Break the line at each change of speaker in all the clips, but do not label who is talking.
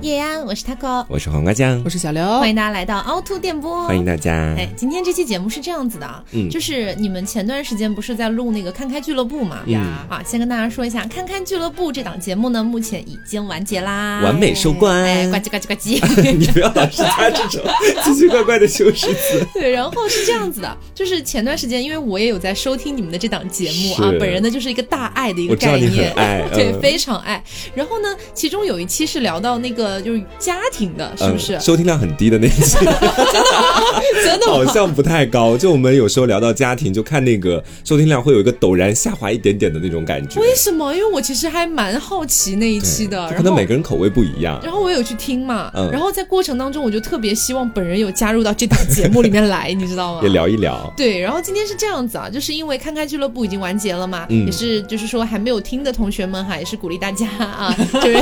叶安，我是 Taco，
我是黄瓜酱
我，是小刘，
欢迎大家来到凹凸电波，
欢迎大家。
哎，今天这期节目是这样子的啊，
嗯
就是你们前段时间不是在录那个《看开俱乐部》嘛，
嗯，
啊，先跟大家说一下，《看开俱乐部》这档节目呢，目前已经完结啦，
完美收官。
哎，呱唧呱唧呱 唧。
你不要老是加这种 奇奇怪怪的修饰词。
对，然后是这样子的，就是前段时间，因为我也有在收听你们的这档节目啊
是，
本人呢就是一个大爱的一
我
个
知道
概
你
念，
很，爱
对，
嗯
非常爱。然后呢，其中有一期是聊到那个就是家庭的， 是不是
嗯？收听量很低的那 一期，
真的吗
好像不太高。就我们有时候聊到家庭，就看那个收听量会有一个陡然下滑一点点的那种感觉。
为什么？因为我其实还蛮好奇那一期的，
就
然
可能
后
每个人口味不一样。
然后我有去听嘛，
嗯
然后在过程当中我就特别希望本人有加入到这档节目里面来，你知道吗
也？聊一聊，
对，然后今天是这样子啊，就是因为看开俱乐部已经完结了嘛，
嗯
也是就是说还没有听的同学们哈，也是鼓励大家 啊，就是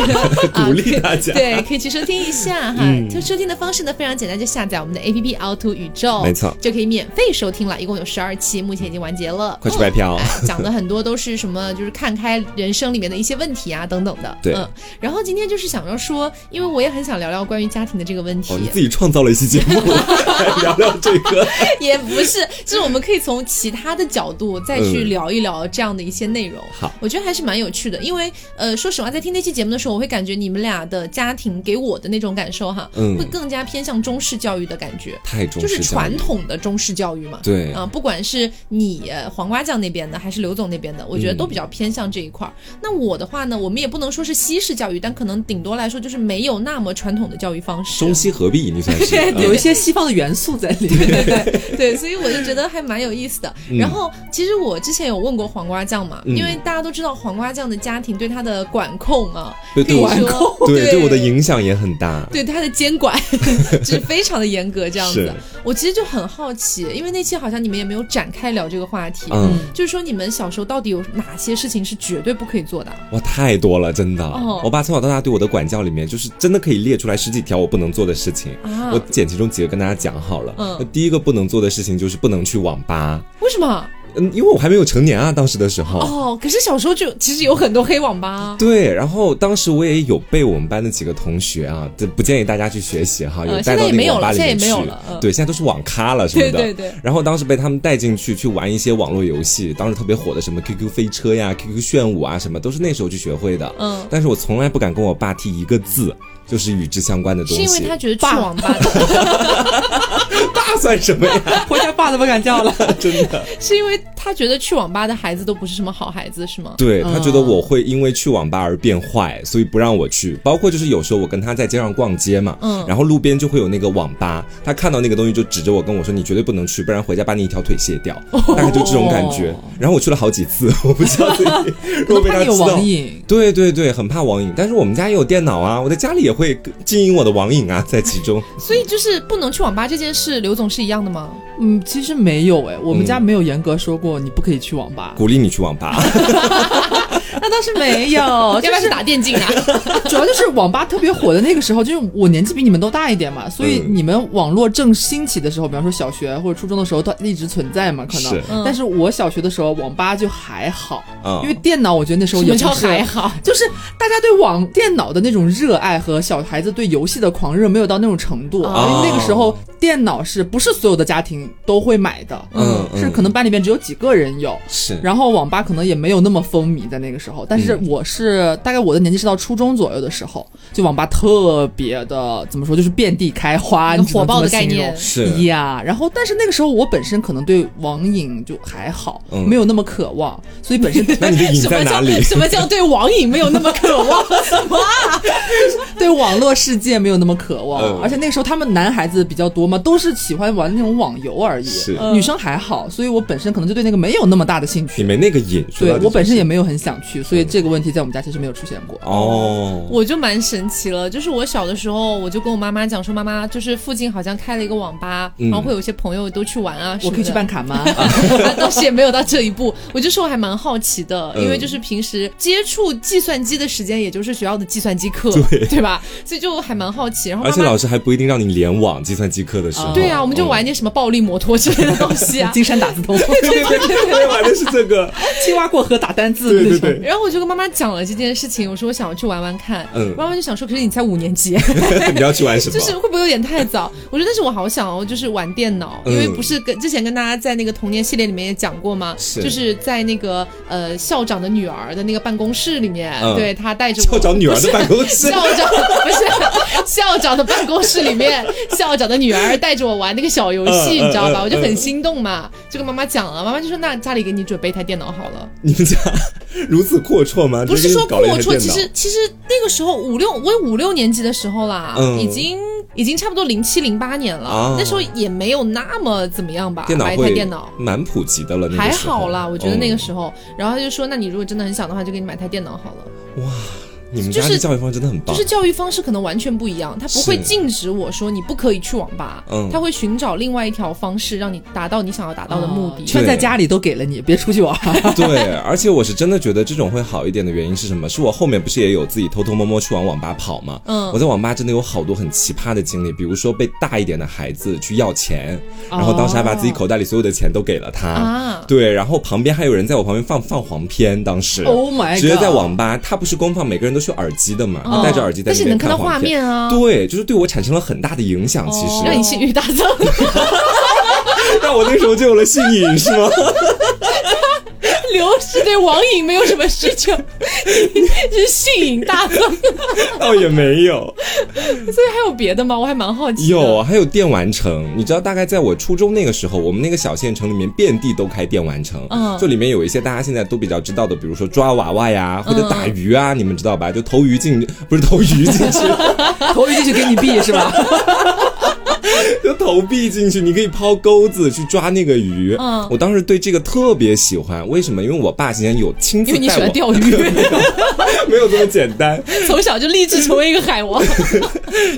鼓励
啊
大 家。
对，可以去收听一下哈。
嗯
就收听的方式呢非常简单，就下载我们的 APP 凹凸宇宙，
没错
就可以免费收听了。一共有十二期，目前已经完结了。
快去白嫖
哎讲的很多都是什么，就是看开人生里面的一些问题啊等等的。
对
嗯。然后今天就是想要说，因为我也很想聊聊关于家庭的这个问题
哦，，你自己创造了一期节目，来 聊聊这个。
也不是，就是我们可以从其他的角度再去
嗯
聊一聊这样的一些内容。
好，
我觉得还是蛮有趣的，因为呃，说实话，在听那期节目的时候，我会感觉你们俩的家庭给我的那种感受哈，
嗯
会更加偏向中式教育的感觉，
太重
就
视
是
教育
传统的中式教育嘛。
对
啊、不管是你呃黄瓜酱那边的，还是刘总那边的，我觉得
嗯
都比较偏向这一块儿。那我的话呢，我们也不能说是西式教育，但可能顶多来说就是没有那么传统的教育方式。
中西合璧，你算 是嗯
有一些西方的元素在里面。
对，所以我就觉得还蛮有意思的。
嗯
然后，其实我之前有问过黄瓜酱嘛，因为大家都知道黄瓜酱的家庭对他的管控啊，
对
可以
对我
说
对对我的影响也很大。
对他的监管 就是非常的严格这样子
是。
我其实就很好奇，因为那期好像你们也没有展开聊这个话题，
嗯，
就是说你们小时候到底有哪些事情是绝对不可以做的？
哇，太多了，真的。
哦
我爸从小到大对我的管教里面，就是真的可以列出来十几条我不能做的事情。
啊
我捡其中几个跟大家讲好了。
嗯
那第一个不能做的事情就是不能去网吧。
为什么？
嗯，因为我还没有成年啊，当时的时候。
哦，可是小时候就其实有很多黑网吧啊。
对，然后当时我也有被我们班的几个同学啊，这不建议大家去学习哈，有
呃
带
现在
到
也
那
没
个
有
网吧
了
里
现在也
面去。
没有了嗯
对，现在都是网咖了什么的。
对对对
然后当时被他们带进去去玩一些网络游戏，当时特别火的什么 QQ 飞车呀、QQ 炫舞啊什么，都是那时候去学会的。
嗯
但是我从来不敢跟我爸提一个字，就是与之相关的东
是
西。
因为他 觉得去
爸
网吧，
爸啊算什么呀？
回家爸都不敢叫了。
真的，
是因为他觉得去网吧的孩子都不是什么好孩子，是吗？
对他
嗯
觉得我会因为去网吧而变坏，所以不让我去。包括就是有时候我跟他在街上逛街嘛，
嗯
然后路边就会有那个网吧，他看到那个东西就指着我跟我说：“你绝对不能去，不然回家把你一条腿卸掉。”
哦
大概就这种 感觉。然后我去了好几次，我不知道自己如果被
怕
他
你有
知道
网。瘾，
对对对，很怕网瘾，但是我们家也有电脑啊，我在家里也会经营我的网瘾啊，在其中。
所以就是不能去网吧这件事，刘总是一样的吗？
嗯，其实没有哎，我们家没有严格说过你不可以去网吧，
鼓励你去网 吧，
那倒是没有
要不
就
要去
是
打电竞啊？
嗯
主要就是网吧特别火的那个时候，就是我年纪比你们都大一点嘛，所以
嗯
你们网络正兴起的时候，比方说小学或者初中的时候，它一直存在嘛，可能
是。
嗯
但是我小学的时候，网吧就还好，
嗯
因为电脑我觉得那时候
什
也
么
不是
叫还好？
就是大家对网电脑的那种热爱和小孩子对游戏的狂热没有到那种程度，
哦
因为那个时候电脑是不是所有的家庭都会买的？
嗯嗯
是可能班里面只有几个人有。
是，
然后网吧可能也没有那么风靡在那个时候，但是
嗯
我是、大概我的年纪是到初中左右的时候，就网吧特别的怎么说，就是遍地开
那
花，你只能
火爆的
这么形
概念
容
是
呀。然后但是那个时候我本身可能对网瘾就还好，
嗯
没有那么渴望，所以 本身
那你的瘾
什
在
么
哪
叫
里？
什么叫对网瘾没有那么渴望？什么啊？
对网络世界没有那么渴望，
嗯
而且那个时候他们男孩子比较多嘛，都是喜欢玩那种网游而已
是，
女生还好，所以我本身可能就对那个没有那么大的兴
你
趣。
没那个瘾，说
对
到底
我本身
就是
也没有很想去，所以这个问题在我们家其实没有出现过。
嗯哦，
我就蛮神奇了，就是我小的时候，我就跟我妈妈讲说，妈妈就是附近好像开了一个网吧，
嗯
然后会有一些朋友都去玩啊，
我可以去办
卡。
卡吗？
啊倒是也没有 到这一步，我就说我还蛮好奇的，
嗯
因为就是平时接触计算机的时间，也就是学校的计算机课，对吧？所以就还蛮好奇。然后
而
妈
且
妈
老师还不一定让你联网计算机课的时候。
啊
对啊，我们就玩一
嗯。
点什么暴力摩托之类 的东西啊。
金山打字通，
对对对对，玩的是这个。
青蛙过河打单字
对
那
对
种。
对，
然后我就跟妈妈讲了这件事情，我说我想要去玩玩看。
嗯
妈妈就想说，可是你才五年 级，
你要去玩什么？
就是会不会有点太早？我说，但是我好想哦，就是玩电脑，因为
嗯
不是跟之前跟大家在那个童年系列里面也讲过嘛，
是
就是在那个呃校长的女儿的那个办公室里面，
嗯
对他带着我
校长女儿的办公室
校，长不是校长的办公室里面，校长的女儿带着我玩那个小游戏，
嗯嗯
你知道吧？
嗯
我就很心动嘛，就跟妈妈讲了，妈妈就说那家里给你准备一台电脑好了。
你们家如此阔绰吗？
不
直
是
接给
说
你搞了一
阔绰，
台电
其
脑
实其实那个时候五六，我五六年级的时候啦，
嗯
已经已经差不多零七零八年了，
啊
那时候也没有那么怎么样吧，
电脑
买一台
会
电脑。
蛮普及的了，那个
还
时候
好啦，我觉得那个
嗯
时候，然后他就说，那你如果真的很想的话，就给你买台电脑好了。
哇，你们
就
家
是
的教育方式真的很棒，
就是教育方式可能完全不一样，他不会
是
禁止我说你不可以去网吧，
嗯
他会寻找另外一条方式让你达到你想要达到的目的。
圈在家里都给了你，别出去玩。
对，而且我是真的觉得这种会好一点的原因是什么？是我后面不是也有自己偷偷摸摸去往网吧跑吗？
嗯
我在网吧真的有好多很奇葩的经历，比如说被大一点的孩子去要钱，然后当时还把自己口袋里所有的钱都给了他。
哦啊
对，然后旁边还有人在我旁边放放黄片，当时
Oh my god！
直接在网吧，他不是公放，每个人都是有耳机的嘛，他戴着耳机在
哦但
里
是你
面
能看到
黄
画
片。
面啊，哦
对，就是对我产生了很大的影响，其实、
让你性欲大增。
让我那时候就有了性瘾，是吗？
刘氏对网瘾没有什么需求，是性瘾大增。
倒也没有。
所以还有别的吗？我还蛮好奇。
有，，啊还有电玩城，你知道，大概在我初中那个时候，我们那个小县城里面遍地都开电玩城，
嗯
就里面有一些大家现在都比较知道的，比如说抓娃娃呀，或者打鱼啊，你们知道吧？就投鱼 进，不是投鱼进去，
嗯
头一进去给你币 是吧？
就投币进去，你可以抛钩子去抓那个鱼。
嗯
我当时对这个特别喜欢，为什么？因为我爸今天有亲
因
自
为你
带
喜欢
我，
钓鱼，
没有这么简单，
从小就立志成为一个海 王。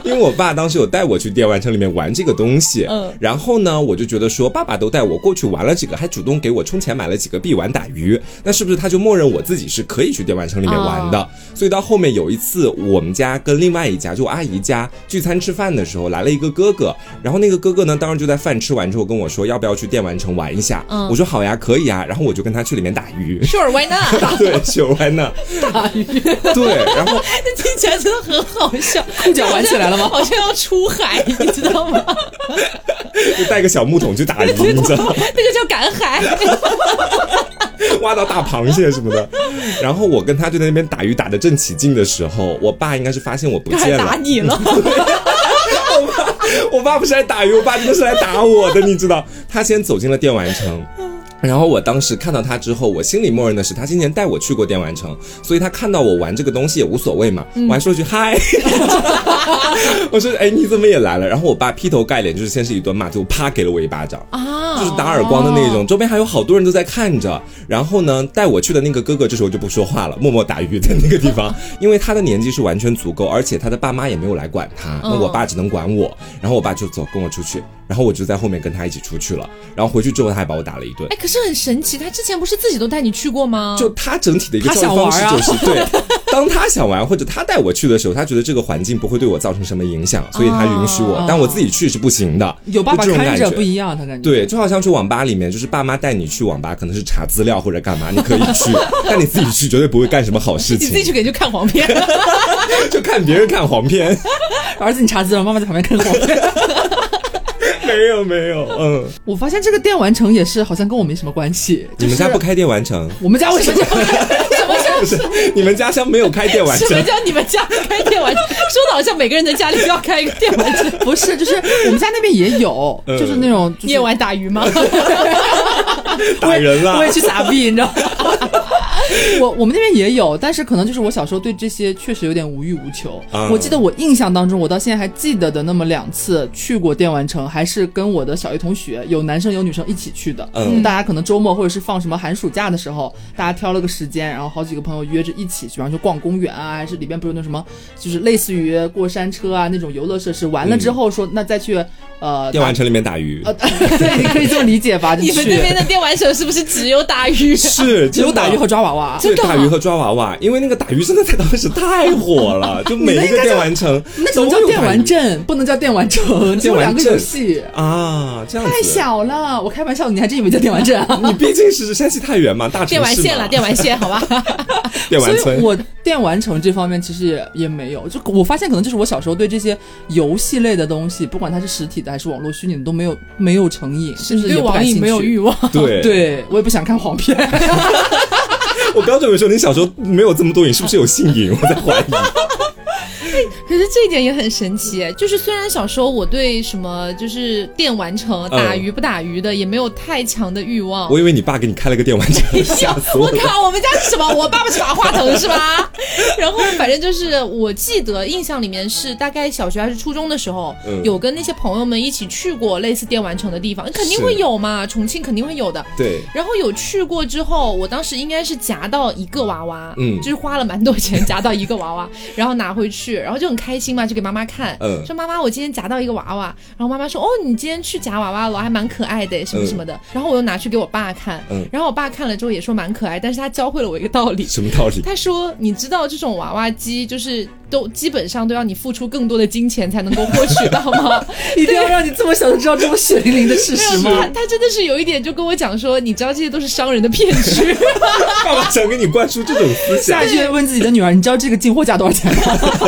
因为我爸当时有带我去电玩城里面玩这个东西，
嗯
然后呢，我就觉得说爸爸都带我过去玩了这个，还主动给我充钱买了几个币玩打鱼，那是不是他就默认我自己是可以去电玩城里面玩的？所以到后面有一次，我们家跟另外一家就我阿姨家聚餐吃饭的时候，来了一个哥哥，然后那个哥哥呢，当时就在饭吃完之后跟我说要不要去电玩城玩一下，
嗯。
我说好呀，可以啊，然后我就跟他去里面打鱼
Sure, why not？
对，秀湾呢？
大鱼
对，然后
这听起来真的很好笑。
裤脚挽起来了吗？
好像要出海，你知道吗？
就带个小木桶去打鱼，你知道吗？
那个叫赶海。
挖到大螃蟹什么的。然后我跟他就在那边打鱼打得正起劲的时候，我爸应该是发现我不
还
见
打
了。
你了，
我爸不是来打鱼，我爸真的是来打我的，你知道？他先走进了电玩城。然后我当时看到他之后，我心里默认的是他今年带我去过电玩城，所以他看到我玩这个东西也无所谓嘛。
嗯
我还说了句 嗨，我说哎你怎么也来了？然后我爸劈头盖脸就是先是一顿骂，最后啪给了我一巴掌。
啊
哦
就是打耳光的那种，周边还有好多人都在看着。然后呢，带我去的那个哥哥这时候就不说话了，默默打鱼在那个地 方，因为他的年纪是完全足够，而且他的爸妈也没有来管他，
嗯
那我爸只能管我。然后我爸就走，跟我出去，然后我就在后面跟他一起出去了。然后回去之后，他还把我打了一顿
嗯
哎，。可是很神奇，他之前不是自己都带你去过吗？
就他整体的一个
他
教育
想
方式
玩啊
就是、对， 当他想玩或者他带我去的时候，他觉得这个环境不会对我造成什么影响，所以他允许我。但我自己去是不行的，
哦有爸爸
就这种
看
感
着
觉
不一样，他感觉。
对，就好像去网吧里面，就是爸妈带你去网吧，可能是查资料或者干嘛，你可以去，但你自己去绝对不会干什么好事
你自己
情，
去给人家看黄 片，
就看别人看黄片。
儿子，你查资料，妈妈在旁边看着我。
没有没有，嗯，
我发现这个电玩城也是好像跟我没什么关系。
你们家不开电玩城？
我们家为什么？
什么叫
不是，你们家乡没有开 电玩
什么
城。
叫你们家开电玩？说的好像每个人的家里都要开一个电 玩城。
不是，就是我们家那边也有，
嗯
就是那种就是
夜晚打鱼吗？
打人了
我也去撒币，你知道吗？ 我我们那边也有，但是可能就是我小时候对这些确实有点无欲无求。
嗯
我记得我印象当中，我到现在还记得的那么两次去过电玩城，还是跟我的小学同学，有男生有女生一起去的。
嗯
大家可能周末或者是放什么寒暑假的时候，大家挑了个时间，然后好几个朋友约着一起去，然后就逛公园啊，还是里边不是那什么，就是类似于过山车啊那种游乐设施。完了之后说，那再去呃
电玩城里面打鱼，
呃，对，你可以这么理解吧？就
你们
去
那边的电玩城是不是只有打鱼？
是
只有打鱼和抓娃娃娃。
对
真的啊
打鱼和抓娃娃，因为那个打鱼真的在当时太火了，就每一个电玩城
那怎
都
么叫
有
电
打
玩
鱼
镇？不能叫电玩城，只有两个游戏。
啊，这样子
太小了，我开玩笑，你还真以为叫电玩镇 啊？
你毕竟是山西太原嘛，大城市
电玩线了，
嘛
电玩线，好 吧，
电玩
所以
村，
我电玩城这方面其实也也没有，就我发现可能就是我小时候对这些游戏类的东西，不管它是实体的还是网络虚拟的，都没有没有成瘾，甚至
对
也不
网
感
瘾
兴
没有
趣
欲。望。
对
对，我也不想看黄片。
我刚准备说你小时候没有这么多瘾，是不是有性瘾？我在怀疑。
可是这一点也很神奇，就是虽然小时候我对什么就是电玩城打鱼不打鱼的也没有太强的欲望。
我以为你爸给你开了个电玩城， 吓死我
我
了。
靠，我们家是什么？我爸爸是把话筒是吧？ 然后反正就是，我记得印象里面是大概小学还是初中的时候，
嗯
有跟那些朋友们一起去过类似电玩城的地方，肯定
是
会有嘛，重庆肯定会有的。
对，
然后有去过之后，我当时应该是夹到一个娃娃，
嗯
就是花了蛮多钱夹到一个娃娃， 然后拿回去，然后就很开心嘛，就给妈妈看，
嗯
说妈妈，我今天夹到一个娃娃，然后妈妈说，哦，你今天去夹娃娃了，还蛮可爱的，什么什么的，然后我又拿去给我爸看，
嗯
然后我爸看了之后也说蛮可爱，但是他教会了我一个道理。
什么道理？
他说：“你知道这种娃娃机就是都基本上都要你付出更多的金钱才能够获取到吗？
一定要让你这么小就知道这么血淋淋的事
没
实
有，他
吗？
他真的是有一点就跟我讲说，你知道这些都是商人的骗局。
爸爸想给你灌输这种思想
下。一句问自己的女儿，你知道这个进货价多少钱吗？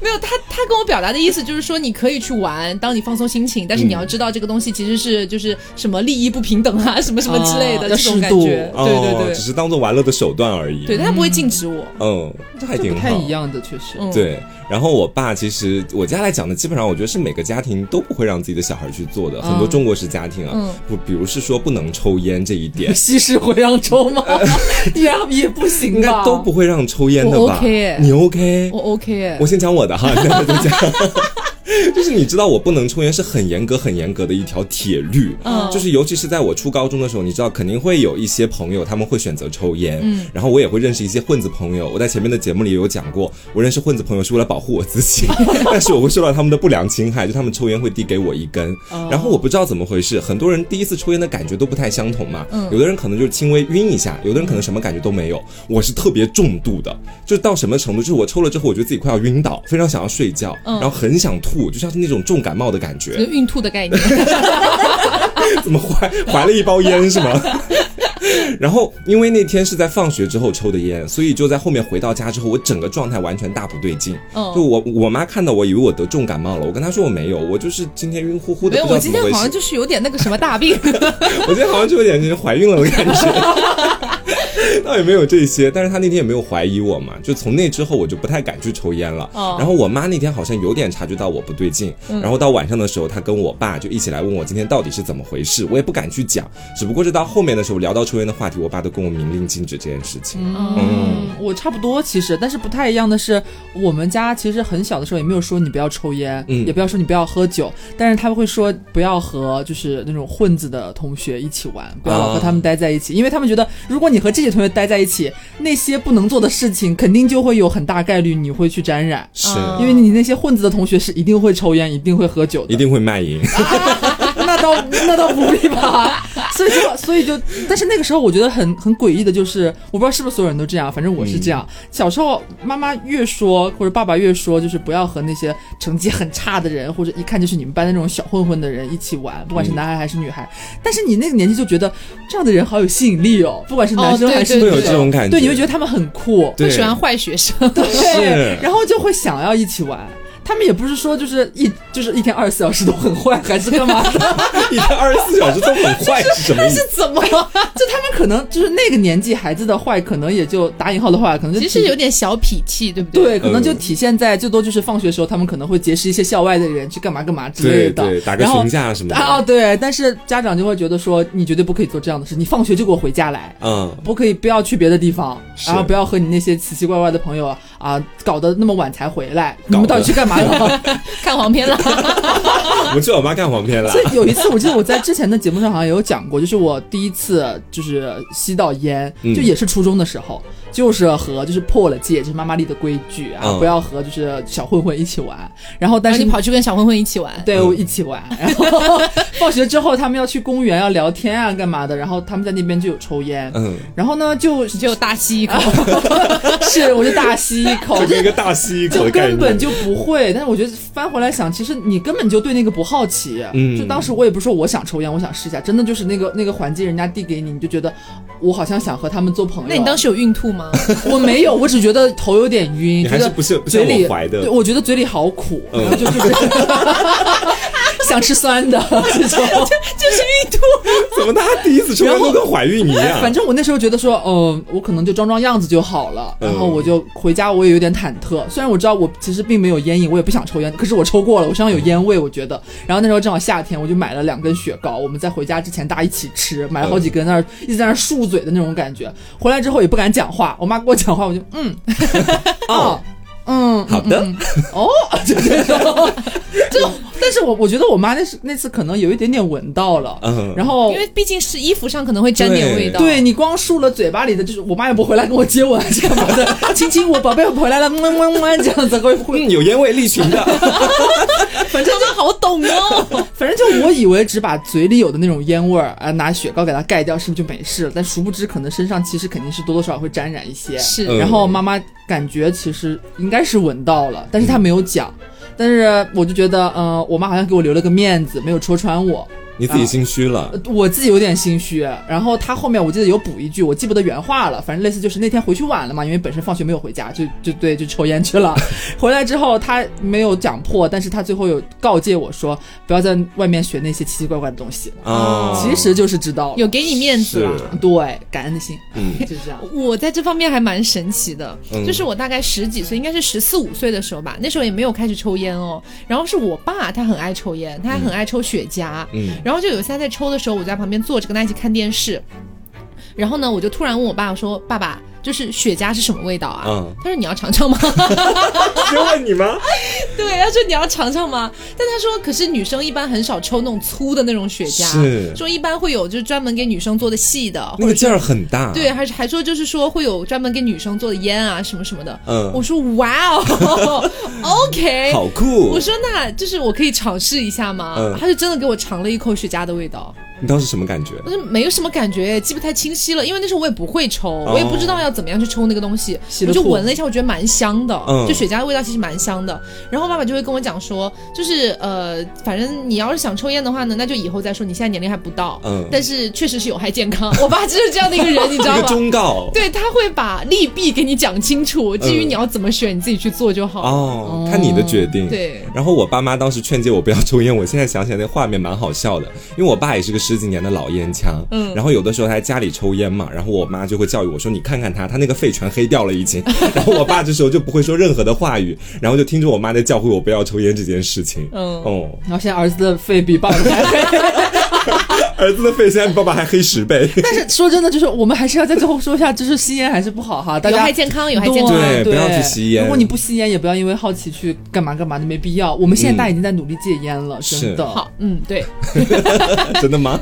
没有，他他跟我表达的意思就是说，你可以去玩，当你放松心情，但是你要知道这个东西其实是就是什么利益不平等啊，什么什么之类的、
嗯
这
啊
种感觉。
哦，
对对
只
对，
是当做玩乐的手段而已。
对，但他不会禁止我。
嗯，这还
这
挺
不
好。
太一样的，确实。，
嗯，，
对，然后我爸其实我家来讲的，基本上我觉得是每个家庭都不会让自己的小孩去做的，很多中国式家庭啊
嗯，
不，比如是说不能抽烟这一点
西施回扬州吗？也也不
应
行
该
吧？
都不会让抽烟的
我
吧
OK 耶？
你 OK？
我 OK 哎
我先讲我的哈， 大家都讲。就是你知道我不能抽烟是很严格很严格的一条铁律，
嗯
就是尤其是在我初高中的时候，你知道肯定会有一些朋友他们会选择抽烟，然后我也会认识一些混子朋友。我在前面的节目里有讲过，我认识混子朋友是为了保护我自己，但是我会受到他们的不良侵害，就他们抽烟会递给我一根，然后我不知道怎么回事，很多人第一次抽烟的感觉都不太相同嘛，有的人可能就是轻微晕一下，有的人可能什么感觉都没有，我是特别重度的，就是到什么程度，就是我抽了之后，我觉得自己快要晕倒，非常想要睡觉，然后很想吐，就像是那种重感冒的感觉
就，孕吐的概念。
怎么怀怀了一包烟是吗？ 然后，因为那天是在放学之后抽的烟，所以就在后面回到家之后，我整个状态完全大不对劲。
嗯
就我我妈看到我，以为我得重感冒了。我跟她说我没有， 我就是今天晕乎乎
没
的，
有，
不知
我
道
今
怎么
天
回
好像
事。
就是有点那个什么大病。
我今天好像就有点怀孕了的感觉。 倒也没有这些，但是她那天也没有怀疑我嘛，就从那之后我就不太敢去抽烟了。
哦
然后我妈那天好像有点察觉到我不对劲，
嗯
然后到晚上的时候，她跟我爸就一起来问我今天到底是怎么回事，我也不敢去讲，只不过是到后面的时候聊到抽烟的话题，我爸都跟我明令禁止这件事情。
嗯，我差不多其实，但是不太一样的是，我们家其实很小的时候也没有说你不要抽烟，
嗯
也不要说你不要喝酒，但是他们会说不要和就是那种混子的同学一起玩，不
啊
要和他们待在一起，因为他们觉得如果你和这些同学待在一起，那些不能做的事情肯定就会有很大概率你会去沾染，
是。啊
嗯
因为你那些混子的同学是一定会抽烟，一定会喝酒的，
一定会卖 淫，
那倒那倒不必吧。 所以就所以就，但是那个时候我觉得很很诡异的，就是我不知道是不是所有人都这样，反正我是这样。
嗯
小时候妈妈越说或者爸爸越说，就是不要和那些成绩很差的人或者一看就是你们班那种小混混的人一起玩，不管是
嗯
男孩还是女孩。但是你那个年纪就觉得这样的人好有吸引力哦，不管是男生
哦对
还是女
会
对
生，
有这种感觉。
对，你会觉得他们很酷。
对
不喜欢坏学生，
是
对，然后就会想要一起玩。他们也不是说就是一就是一天二十四小时都很坏，还是干嘛的？
一天二十四小时都很坏是什么意思？
怎么？
就他们可能就是那个年纪孩子的坏，可能也就打引号的话，可能就
其
体
实有点小痞气，对不对？
对，可能就体现在最多就是放学时候，他们可能会结识一些校外的人去干嘛干嘛之类
对
的，
对，打个
然后
群架什么的。
啊、哦，对，但是家长就会觉得说，你绝对不可以做这样的事，你放学就给我回家来。
嗯，
不可以，不要去别的地方，
是
然后不要和你那些奇奇怪怪的朋友啊，搞得那么晚才回来。你
搞
们
得
到底去干嘛了？
看黄 片了。
我去我妈看黄片了
所。以有一次，我记得我在之前的节目上好像也有讲过，就是我第一次就是吸到烟，
嗯
就也是初中的时候，就是和就是破了戒，就是妈妈立的规矩啊，
嗯
不要和就是小混混一起玩。然后但
然后
是
你跑去跟小混混一起玩，
对，我一起 玩。然后放学之后，他们要去公园要聊天啊，干嘛的？然后他们在那边就有抽烟。
嗯，
然后呢，就
你就大吸一口，
是我就大吸一 口，
就跟一个大吸一口
就
的概
根本
念。
就不会。但是我觉得翻回来想，其实你根本就对那个不好奇。
嗯
就当时我也不是说我想抽烟，我想试一下，真的就是那个那个环境，人家递给你，你就觉得我好像想和他们做朋友。
那你当时有孕吐吗？
我没有，我只觉得头有点晕，
你
觉
还是
得
不是不像
嘴里
我怀的
对，我觉得嘴里好苦，
嗯
然后就就是 想吃酸的 这种。
就是孕吐，
怎么大家第一次抽烟都跟怀孕一样？
反正我那时候觉得说，哦，我可能就装装样子就好了。
嗯
然后我就回家，我也有点忐忑。虽然我知道我其实并没有烟瘾，我也不想抽烟，可是我抽过了，我身上有烟味，我觉得。然后那时候正好夏天，我就买了两根雪糕，我们在回家之前大家一起吃，买了
嗯
好几根，那儿一直在那儿漱嘴的那种感觉。回来之后也不敢讲话，我妈跟我讲话，我就 嗯，哦。嗯，
好的，
哦，就这种， 这种，但是我我觉得我妈那是那次可能有一点点闻到了，
嗯
然后
因为毕竟是衣服上可能会沾点味道。
对你光漱了嘴巴里的，就是我妈也不回来跟我接吻还是干嘛的，亲亲我宝贝，我回来了，么么么这样子 会会，
嗯，有烟味利群 的，
反正就好懂 哦。
反正就我以为只把嘴里有的那种烟味儿啊，拿雪糕给它盖掉，是不是就没事了？但殊不知可能身上其实肯定是多多少少会沾染一些。
是，
嗯
然后妈妈感觉其实应该是闻到了，但是她没有讲。但是我就觉得，嗯、我妈好像给我留了个面子，没有戳穿我。
你自己心虚了
呃。我自己有点心虚，然后他后面我记得有补一句，我记不得原话了，反正类似就是那天回去晚了嘛，因为本身放学没有回家，就就对，就抽烟去了。 回来之后他没有讲破，但是他最后有告诫我说，不要在外面学那些奇奇怪怪的东西，
啊，
其实就是知道了
有给你面子啦。
是
对感恩的心，
嗯
就这样。
我在这方面还蛮神奇的，
嗯
就是我大概十几岁，应该是十四五岁的时候吧，那时候也没有开始抽烟哦。然后是我爸，他很爱抽烟，他还很爱抽雪茄。
嗯
然后就有一次他在抽的时候，我在旁边坐着跟他一起看电视。然后呢，我就突然问我爸我说：“爸爸，就是雪茄是什么味道啊？”
嗯，
他说：“你要尝尝吗？”
就问你吗？
对，他说：“你要尝尝吗？”但他说：“可是女生一般很少抽那种粗的那种雪茄，
是
说一般会有就是专门给女生做的细的，
那个劲儿很大。
对，，还是还说就是说会有专门给女生做的烟啊什么什么的。
嗯
我说哇哦
哎
，OK，
好酷
我。说那就是我可以尝试一下吗？
嗯
他就真的给我尝了一口雪茄的味道，
你当时什么感觉？
我就没有什么感觉，记不太清晰了，因为那时候我也不会抽，我也不
哦
知道要怎么样去抽那个东西，
洗了
我就
吐
闻了一下，我觉得蛮香的，
嗯
就雪茄的味道其实蛮香的。然后爸爸就会跟我讲说，就是呃，反正你要是想抽烟的话呢，那就以后再说，你现在年龄还不到，
嗯
但是确实是有害健康。我爸就是这样的一个人，你知 道
一个
吗？
忠告。
对，他会把利弊给你讲清楚，至于
嗯
你要怎么选，你自己去做就好。
哦，看你的决定。。
对，
然后我爸妈当时劝诫我不要抽烟，我现在想起来那画面蛮好笑的，因为我爸也是个十几年的老烟枪，
嗯
然后有的时候他在家里抽烟嘛，然后我妈就会教育我说你看看他，他那个肺全黑掉了已 经，然后我爸这时候就不会说任何的话语，然后就听着我妈在教诲我不要抽烟这件事情，
嗯
哦，
然后现在儿子的肺比爸爸还黑，
儿子的肺现在比爸爸还黑十倍，
但是说真的，就是我们还是要在最后说一下，就是吸烟还是不好哈，大
有
家
害健康，有害健康。
对
对，
不要去吸烟
如果你不吸烟，也不要因为好奇去干嘛干嘛的，没必要。我们现在大家已经在努力戒烟了，真的。
好，嗯，对，
真的吗？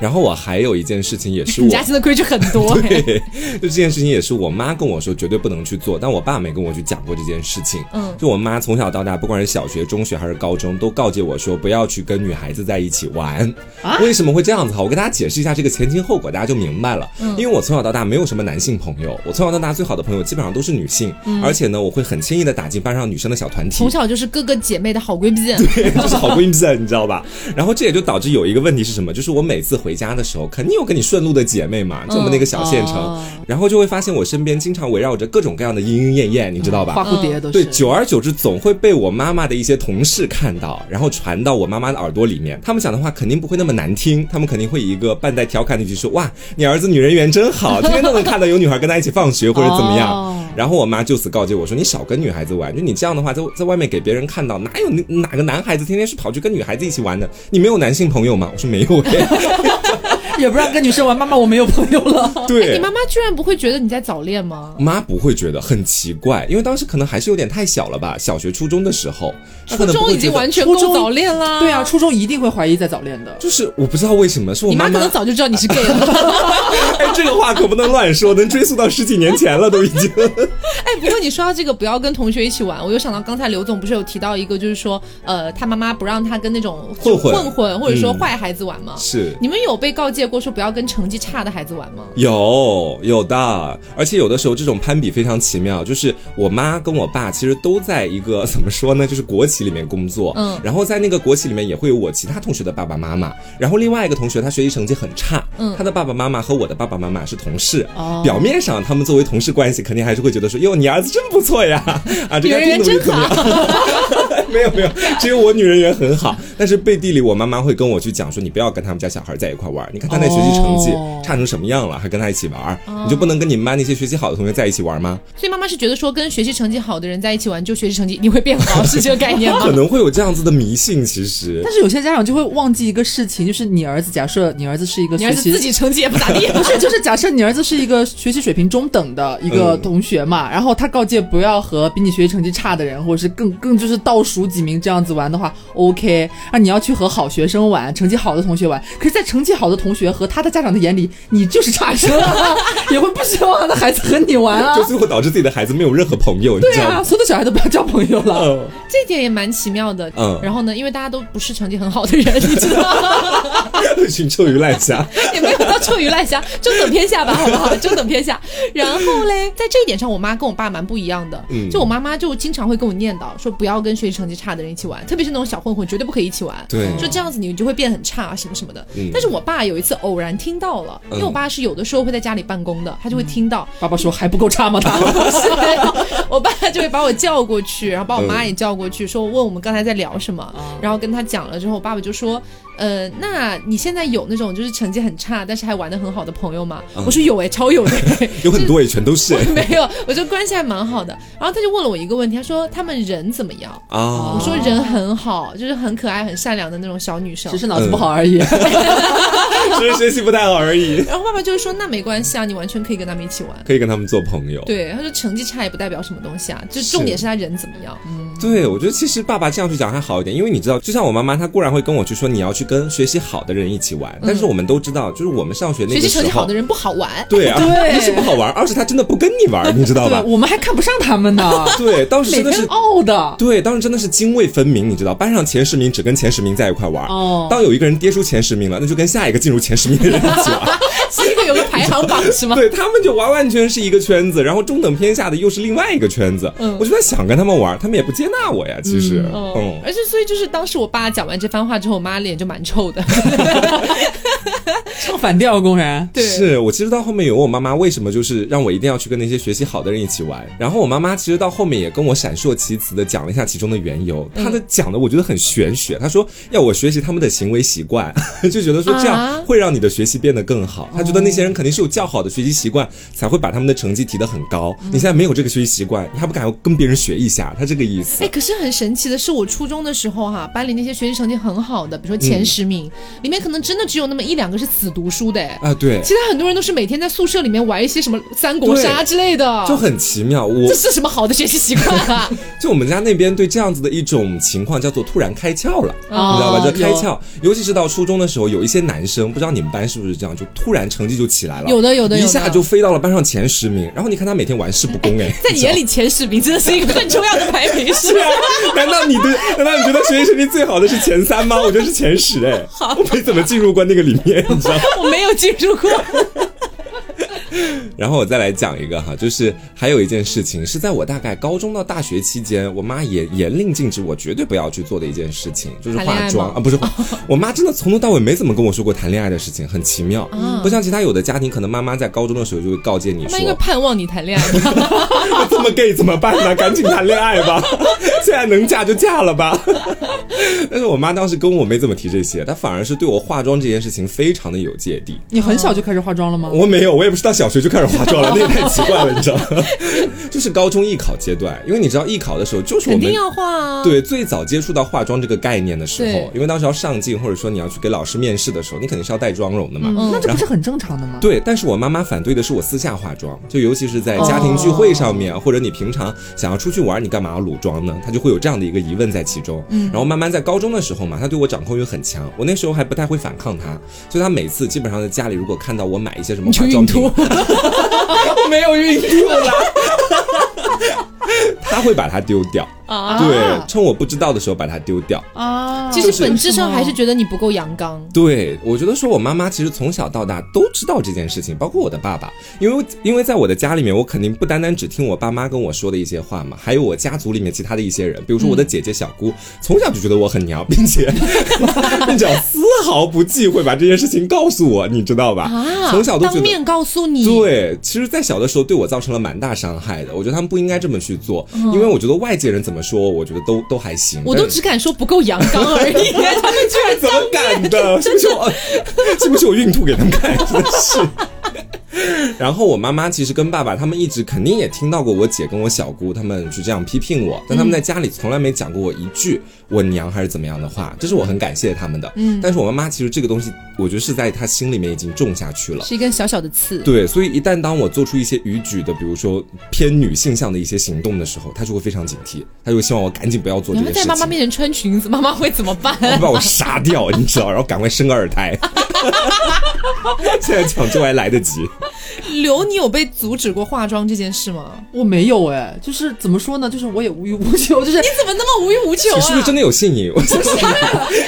然后我还有一件事情也是我
你家现在规矩很多、哎
对， 就这件事情也是我妈跟我说绝对不能去做，但我爸没跟我去讲过这件事情。
嗯
就我妈从小到大，不管是小学、中学还是高中，都告诫我说不要去跟女孩子在一起玩。
啊
为什么会这样子哈？我跟大家解释一下这个前因后果，大家就明白了。因为我从小到大没有什么男性朋友，我从小到大最好的朋友基本上都是女性，而且呢，我会很轻易的打进班上女生的小团体。
从小就是哥哥姐妹的好闺蜜。
就是好闺蜜在，你知道吧？然后这也就导致有一个问题是什么？就是我每次回家的时候，肯定有跟你顺路的姐妹嘛，就我们那个小县城，
哦
然后就会发现我身边经常围绕着各种各样的莺莺燕燕，你知道吧？
花蝴蝶都
对，
是。
久而久之总会被我妈妈的一些同事看到，然后传到我妈妈的耳朵里面。他们讲的话肯定不会那么难听，他们肯定会以一个半带调侃的语气说：“哇，你儿子女人缘真好，天天都能看到有女孩跟他一起放学或者怎么样。
哦
然后我妈就此告诫我说：“你少跟女孩子玩，就你这样的话，在在外面给别人看到，哪有那哪 个男孩子天天是跑去跟女孩子一起玩的？你没有男性朋友吗？”我说：“没有、哎。”
也不让跟女生玩，妈妈我没有朋友了。
哎你
对
妈，妈居然不会觉得你在早恋吗？
妈不会觉得很奇怪，因为当时可能还是有点太小了吧，小学、初中的时候，她可
初
能不
中
会
已
觉
经
得
完全
初中
够早恋啦。
对啊，初中一定会怀疑在早恋的。
就是我不知道为什么，是我
你妈
妈
可能早就知道你是 gay 了。
哎，这个话可不能乱说，能追溯到十几年前了，都已 经。
哎，不过你说到这个不要跟同学一起玩，我又想到刚才刘总不是有提到一个，就是说，呃，他妈妈不让他跟那种就
混混
混混或者说
嗯
坏孩子玩吗？
是
你们有被告诫过说不要跟成绩差的孩子玩吗？
有有的，而且有的时候这种攀比非常奇妙，就是我妈跟我爸其实都在一个怎么说呢，就是国企里面工作，
嗯
然后在那个国企里面也会有我其他同学的爸爸妈妈，然后另外一个同学他学习成绩很差，
嗯
他的爸爸妈妈和我的爸爸妈妈是同事，
哦
表面上他们作为同事关系，肯定还是会觉得说，哟，你儿子真不错呀，啊，这
女
家
人
庭
缘
努力
真
怎么样？
好，
没有没有，只有我女人缘很好，但是背地里我妈妈会跟我去讲说，你不要跟他们家小孩在一块玩儿，你看他那学习成绩
哦
差成什么样了，还跟他一起玩儿，你就不能跟你们班那些学习好的同学在一起玩吗？
所以妈妈是觉得说跟学习成绩好的人在一起玩，就学习成绩一定会变好，是这个概念吗
可？能会有这样子的迷信，其实
啊但是有些家长就会忘记一个事情，就是你儿子，假设你儿子是一 个
你儿
学
子
习
自己成绩也不咋地，
不是，就是假设你儿子是一个学习水平中等的一个
嗯
同学嘛，然后他告诫不要和比你学习成绩差的人，或者是更更就是倒数几名这样子玩的话，OK，啊，你要去和好学生玩，成绩好的同学玩。可是，在成绩好的同学和他的家长的眼里，你就是差生啊， 也会不希望他的孩子和你玩啊
就。最后导致自己的孩子没有任何朋友，你
对
知道
啊，
吗？
所有的小孩都不要交朋友了。
嗯，
这点也蛮奇妙的。
嗯
然后呢，因为大家都不是成绩很好的人，你知道 吗？
群臭鱼烂虾，
也没有到臭鱼烂虾，中等偏下吧，好不好？中等偏下。然后 嘞，在这一点上，我妈跟我爸蛮不一样的。
嗯
就我妈妈就经常会跟我念叨说，不要跟学习成绩差的人一起玩，特别是那种小混混，绝对不可以一起玩。
对
说这样子你就会变很差啊，什么什么的。
嗯
但是我爸有一次偶然听到了，因为我爸是有的时候会在家里办公的，他
嗯
就会听到，
爸爸说还不够差吗？他
呃
对， 我爸就会把我叫过去，然后把我妈也叫过去，说问我们刚才在聊什么，
啊
然后跟他讲了之后，我爸爸就说，呃，那你现在有那种就是成绩很差，但是还玩的很好的朋友吗？
嗯
我说有哎、超有的、 哎
有很多也全都是
就是没有，我就关系还蛮好的。然后他就问了我一个问题，他说他们人怎么样？
啊
我。说人很好，就是很可爱、很善良的那种小女生
只。是脑子不
呃
好而已。
只是学习不太好而已，
然后爸爸就说那没关系啊，你完全可以跟他们一起玩。
可以跟他们做朋友。
对，他说成绩差也不代表什么东西啊，就重点是他人怎么样。
嗯对，我觉得其实爸爸这样去讲还好一点，因为你知道，就像我妈妈，她固然会跟我去说你要去跟学习好的人一起玩，但是我们都知道，就是我们上学
嗯
那
学习
个时
成绩好
候
的，人不好玩。
对啊，
对
一是不好玩，二是他真的不跟你玩，你知道吧
对，？我们还看不上他们呢，
对，当时
每
真的
天
是。
哦
傲的。
对，当时真的是泾渭分明，你知道，班上前十名只跟前十名在一块玩。
哦
当有一个人跌出前十名了，那就跟下一个进入前十名的人一起玩。
是一个有个排行榜是吗？
对他们就完完全是一个圈子，然后中等偏下的又是另外一个圈子。
嗯
我就在想跟他们玩，他们也不接纳我呀。其实，嗯
哦，而且所以就是当时我爸讲完这番话之后，我妈脸就蛮臭的。
唱反调，公然。
对，
是我其实到后面有问我妈妈为什么就是让我一定要去跟那些学习好的人一起玩，然后我妈妈其实到后面也跟我闪烁其词的讲了一下其中的缘由，她的讲的我觉得很玄学，她说要我学习他们的行为习惯， 就觉得说这
啊
样会让你的学习变得更好，她觉得那些人肯定是有较好的学习习惯，才会把他们的成绩提得很高，你现在没有这个学习习惯，你还不敢要跟别人学一下，她这个意思
哎，。可是很神奇的是，我初中的时候哈、班里那些学习成绩很好的，比如说前十名，里面可能真的只有那么一两个是死读书的，哎、
啊，对，
其他很多人都是每天在宿舍里面玩一些什么三国杀之类的，
就很奇妙。我
这是什么好的学习习惯 啊？
就我们家那边对这样子的一种情况叫做突然开窍了，
哦
你知道吧？叫开
有
窍，尤其是到初中的时候，有一些男生，不知道你们班是不是这样，就突然成绩就起来了，
有的有的有
一
的
下就飞到了班上前十名。然后你看他每天玩世不恭，哎，
在你眼里，前十名真的是一个很重要 的排名，是
对啊？ 难道你对？难道你觉得学习成绩最好的是前三吗？我觉得是前 十，哎，我没怎么进入过那个里面，你知道吗？
我没有进入过。
啊然后我再来讲一个哈，就是还有一件事情是在我大概高中到大学期间，我妈也严令禁止我绝对不要去做的一件事情，就是
谈恋爱
化
吗
妆啊，不是， 我妈真的从头到尾没怎么跟我说过谈恋爱的事情，很奇妙，不像其他有的家庭，可能妈妈在高中的时候就会告诫你
他
说
们应 该，盼望你谈恋爱吧？
这么 gay 怎么办呢？赶紧谈恋爱 吧，现在能嫁就嫁了吧。 但是我妈当时跟我没怎么提这些，她反而是对我化妆这件事情非常的有芥蒂。
你很小就开始化妆了吗？
我没有，我也不是到小学就开始化妆了，那也太奇怪了，你知道吗？ 就是高中艺考阶段，因为你知道艺考的时候就是
肯
我们
定要化啊。，
对，最早接触到化妆这个概念的时
对
候，因为当时要上镜，或者说你要去给老师面试的时候，你肯定是要带妆容的嘛。
嗯
那这不是很正常的吗？
对，但是我妈妈反对的是我私下化妆，就尤其是在家庭聚会上
哦
面，或者你平常想要出去玩，你干嘛要裸妆呢？她就会有这样的一个疑问在其中。
嗯
然后慢慢在高中的时候嘛，她对我掌控欲很强，我那时候还不太会反抗她，所以她每次基本上在家里如果看到我买一些什么
你就
化
孕
妆品
吐，，
没有孕吐啦，她会把它丢掉。
啊
对，趁我不知道的时候把它丢掉。
啊，
其实本质上还是觉得你不够阳刚。
对，我觉得说我妈妈其实从小到大都知道这件事情，包括我的爸爸，因为因为在我的家里面，我肯定不单单只听我爸妈跟我说的一些话嘛，还有我家族里面其他的一些人，比如说我的姐姐小姑，
嗯
从小就觉得我很娘，并且 并且丝毫不忌讳把这件事情告诉我，你知道吧？
啊，
从小都觉
当
得
面告诉你，，
对，其实，在小的时候对我造成了蛮大伤害的。我觉得他们不应该这么去做，因为我觉得外界人怎么说，我觉得都都还行。
嗯我都
但
只敢说不够阳刚而已，他们居然
怎么敢的？是不是我？是不是我孕吐给他们看？真的是。 然后我妈妈其实跟爸爸他们一直肯定也听到过我姐跟我小姑他们去这样批评我，但他们在家里从来没讲过我一句我娘还是怎么样的话，这是我很感谢他们的。嗯，但是我妈妈其实这个东西，我觉得是在她心里面已经种下去 了。
是一根小小的刺。
对，所以一旦当我做出一些逾矩的，比如说偏女性向的一些行动的时候，她就会非常警惕，她就会希望我赶紧不要做这
然后
件事情。
在妈妈面前穿裙子，妈妈会怎么办？
然后把我杀掉，你知道，然后赶快生个二胎。 现在抢救还来得及，
刘，你有被阻止过化妆这件事吗？
我没有哎，就是怎么说呢？就是我也无欲无求，就是
你怎么那么无欲无求啊？
你是不是真的有信瘾？我想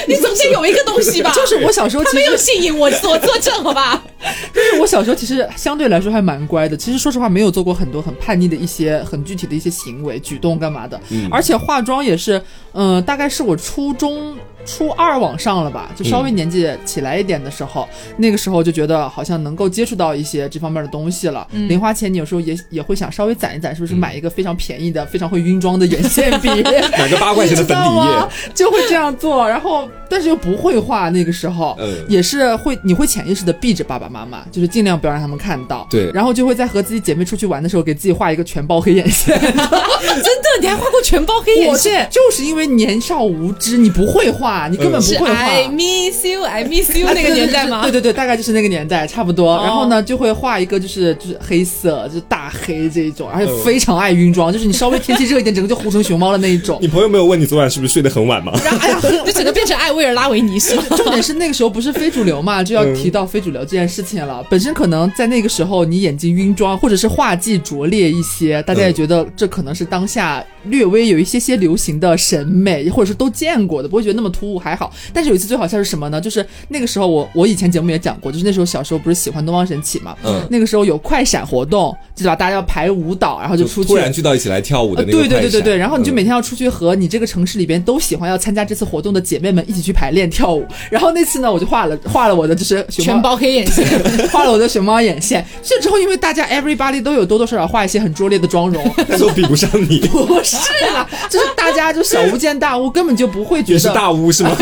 你总得有一个东西吧？
就是我小时候
他
其
没有
实，
吸引我，我作证好吧？
就是我小时候其实相对来说还蛮乖的。其实说实话，没有做过很多很叛逆的一些很具体的一些行为、举动干嘛的。而且化妆也是，嗯、大概是我初中。初二往上了吧，就稍微年纪起来一点的时候，那个时候就觉得好像能够接触到一些这方面的东西了。
嗯
零花钱你有时候也也会想稍微攒一攒，是不是买一个非常便宜的、非常会晕妆的眼线笔？
买个八块钱的粉底
你知道
液
吗，就会这样做，然后但是又不会画，那个时候、
嗯
也是会，你会潜意识的避着爸爸妈妈，就是尽量不要让他们看到。
对
然后就会在和自己姐妹出去玩的时候，给自己画一个全包黑眼 线。
真的，你还画过全包黑眼线？
就是因为年少无知，你不会画，你根本不
是
会
嗯
画。
I miss you, I miss
哎
you
啊
那个年代吗？
对对对，对大概就是那个年代，差不多。
哦
然后呢，就会画一个就是就是黑色，就是大黑这一种，而且
嗯
非常爱晕妆，就是你稍微天气热一点，整个就糊成熊猫的那一种
你。朋友没有问你昨晚是不是睡得很晚吗？
然后哎呀，就整个变成艾薇儿拉维尼是吗？
重点是那个时候不是非主流
嗯
嘛，就要提到非主流这件事情了。本身可能在那个时候你眼睛晕妆，或者是画技拙劣一些，大家也觉得这可能是当下略微有一些些流行的审美，或者是都见过的，不会觉得那么突兀，还好。但是有一次最好笑是什么呢？就是那个时候我我以前节目也讲过，就是那时候小时候不是喜欢东方神起嘛，
嗯
那个时候有快闪活动，对吧？大家要排舞蹈，然后就出去
突然聚到一起来跳舞的那个、嗯
呃对对对对对，然后你就每、天要出去和你这个城市里边都喜欢要参加这次活动的姐妹们一起去排练跳舞。然后那次呢，我就画了画了我的就是熊
全
猫。
包 黑眼线，
画了我的熊猫眼线，这之后因为大家 everybody 都有多多少少画一些很拙劣的妆容，
嗯、但是我比不上你，
不是啦，就是大家就小巫见大巫，根本就不会
也
觉得
是大巫是吗？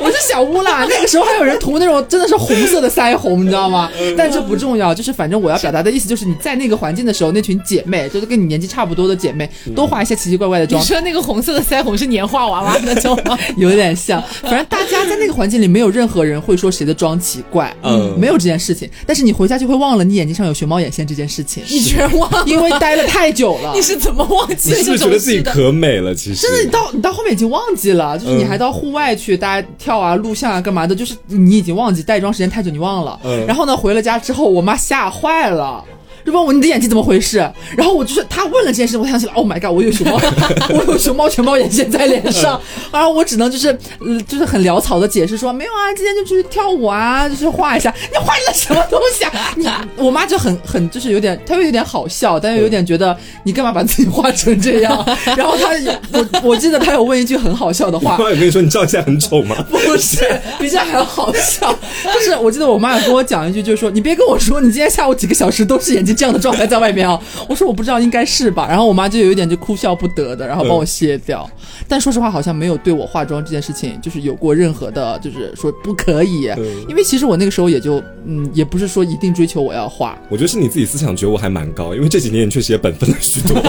我是小乌啦，那个时候还有人涂那种真的是红色的腮红，你知 道吗？
嗯
但这不重要，就是反正我要表达的意思就是你在那个环境的时候，那群姐妹就是跟你年纪差不多的姐妹，
嗯
都画一些奇奇怪怪的
你
妆，
说那个红色的腮红是年画娃娃那种 吗？
有点像。反正大家在那个环境里，没有任何人会说谁的妆奇怪，
嗯
没有这件事情。但是你回家就会忘了你眼睛上有熊猫眼线这件事 情，
你居然忘了？
因为待了太久了
你。是怎么忘记
你是不
这
是觉
种
得自己
事的？
可美了？其实
真的，你到你到后面已经忘记了，就是你
嗯
还到户外去，大家跳啊、录像啊、干嘛的，就是你已经忘记带妆时间太久，你忘了。
嗯
然后呢，回了家之后，我妈吓坏了。就问我你的眼睛怎么回事？然后我就是她问了这件事，我想起来，Oh my god，我有熊猫， 我有熊猫全包眼线在脸上。
嗯
然后我只能就是，呃就是很潦草的解释说，没有啊，今天就去跳舞啊，就是画一下。你画了什么东西啊？你我妈就很很就是有点，她又有点好笑，但又有点觉得你干嘛把自己画成这样？然后她有我我记得她有问一句很好笑的话
我，妈有跟你说你照相很丑吗？
不是，比这还好笑。就是我记得我妈有跟我讲一句，就是说你别跟我说你今天下午几个小时都是眼睛这样的状态在外面啊。我说我不知道，应该是吧。然后我妈就有一点就哭笑不得的，然后帮我卸掉。但说实话，好像没有对我化妆这件事情就是有过任何的，就是说不可以。
嗯
因为其实我那个时候也就嗯，也不是说一定追求我要化，
我觉得是你自己思想觉悟还蛮高，因为这几年你确实也本分了许 多。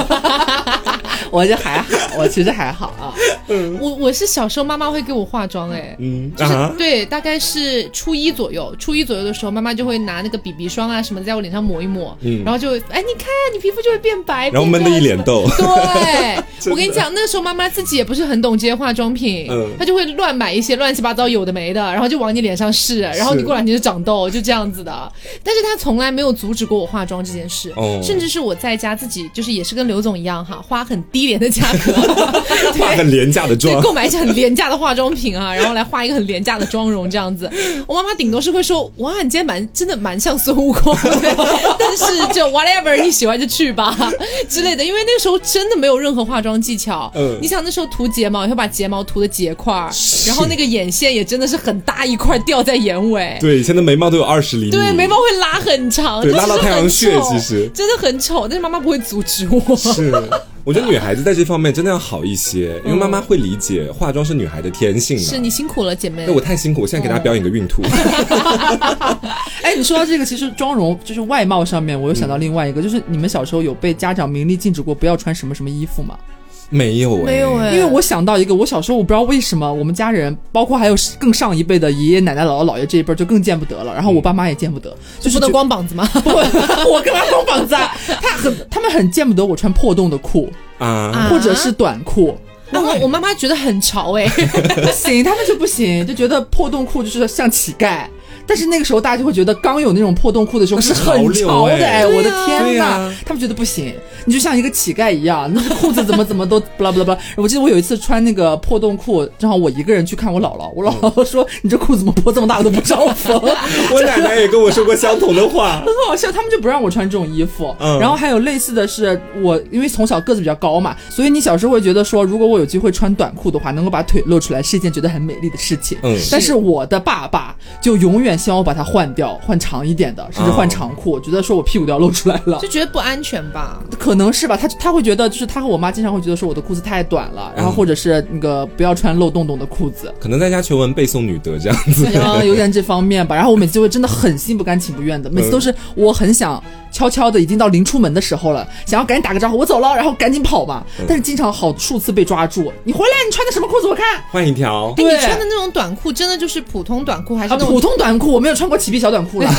我就还好，我其实还好啊。
我我是小时候妈妈会给我化妆哎、
嗯
就是、
啊，
对，大概是初一左右，初一左右的时候，妈妈就会拿那个 BB 霜啊什么的在我脸上抹一抹，
嗯
然后就会哎，你看你皮肤就会变白，
然后闷得
变
一
亮
脸
什么
痘
对，
真
我跟你讲，那时候妈妈自己也不是很懂这些化妆品，
嗯
她就会乱买一些乱七八糟有的没的，然后就往你脸上试，然后你
是
过两天就长痘，就这样子的。但是她从来没有阻止过我化妆这件事，
哦
甚至是我在家自己就是也是跟刘总一样哈，花很低廉的价 格，
化个
对。
廉价的
对，
妆，
购买一些很廉价的化妆品 啊，然后来画一个很廉价的妆容这样子。我妈妈顶多是会说：“哇，你今天蛮真的蛮像孙悟空 的。”但是就 whatever 你喜欢就去吧之类的，因为那个时候真的没有任何化妆技巧。
嗯
你想那时候涂睫毛，也会把睫毛涂的结块儿，
是
然后那个眼线也真的是很大一块掉在眼尾。
对，以前的眉毛都有二十厘米，
对，眉毛会拉很长，
对
它
拉到
其实
太阳
很
穴
丑
其实
真的很丑，但是妈妈不会阻止我。
是，啊我觉得女孩子在这方面真的要好一些，因为妈妈会理解化妆是女孩的天性
是哦
嘛。
你辛苦了，姐妹
那。我太辛苦，我现在给大家表演个孕吐。
哎，你说到这个，其实妆容就是外貌上面，我又想到另外
嗯
一个，就是你们小时候有被家长明令禁止过不要穿什么什么衣服吗？
没有哎，
没有哎，
因为我想到一个，我小时候我不知道为什么，我们家人包括还有更上一辈的爷爷奶奶、姥姥姥爷这一辈儿就更见不得了，然后我爸妈也见不得，就
嗯不
是
能
觉
光膀子吗？
不，我干嘛光膀子啊？他很他们很见不得我穿破洞的裤
啊，
啊
或者是短裤。
啊，我我妈妈觉得很潮哎、
不行，他们就不行，就觉得破洞裤就是像乞丐。但是那个时候，大家就会觉得刚有那种破洞裤的时候
那是
是很
潮
潮
流
的，
哎
哎，我的
对啊
天
对
呐，
啊
他们觉得不行，你就像一个乞丐一样，那裤子怎么怎么都 不啦不啦不啦。我记得我有一次穿那个破洞裤，正好我一个人去看我姥姥，我姥姥说：“你这裤子怎么破这么大都不招风。”
我奶奶也跟我说过相同的话。
很好笑，他们就不让我穿这种衣服。
嗯
然后还有类似的是，我因为从小个子比较高嘛，所以你小时候会觉得说，如果我有机会穿短裤的话，能够把腿露出来是一件觉得很美丽的事情。
嗯
但是我的爸爸就永远希望我把它换掉，换长一点的，甚
哦
至换长裤，觉得说我屁股都要露出来了
就。觉得不安全吧。
可能是吧，他他会觉得就是他和我妈经常会觉得说我的裤子太短了，然后
嗯
或者是那个不要穿漏洞洞的裤子，
可能在家求文背诵女德这样子，
然后有点这方面吧。然后我每次就会真的很心不甘情不愿的，每次
嗯
都是我很想悄悄的，已经到临出门的时候了，想要赶紧打个招呼，我走了，然后赶紧跑嘛。
嗯
但是经常好数次被抓住，你回来，你穿的什么裤子？我看。
换一条。
哎，
对
你穿的那种短裤真的就是普通短裤还是
啊，
那
普
种？
通短裤，我没有穿过齐臂小短裤了，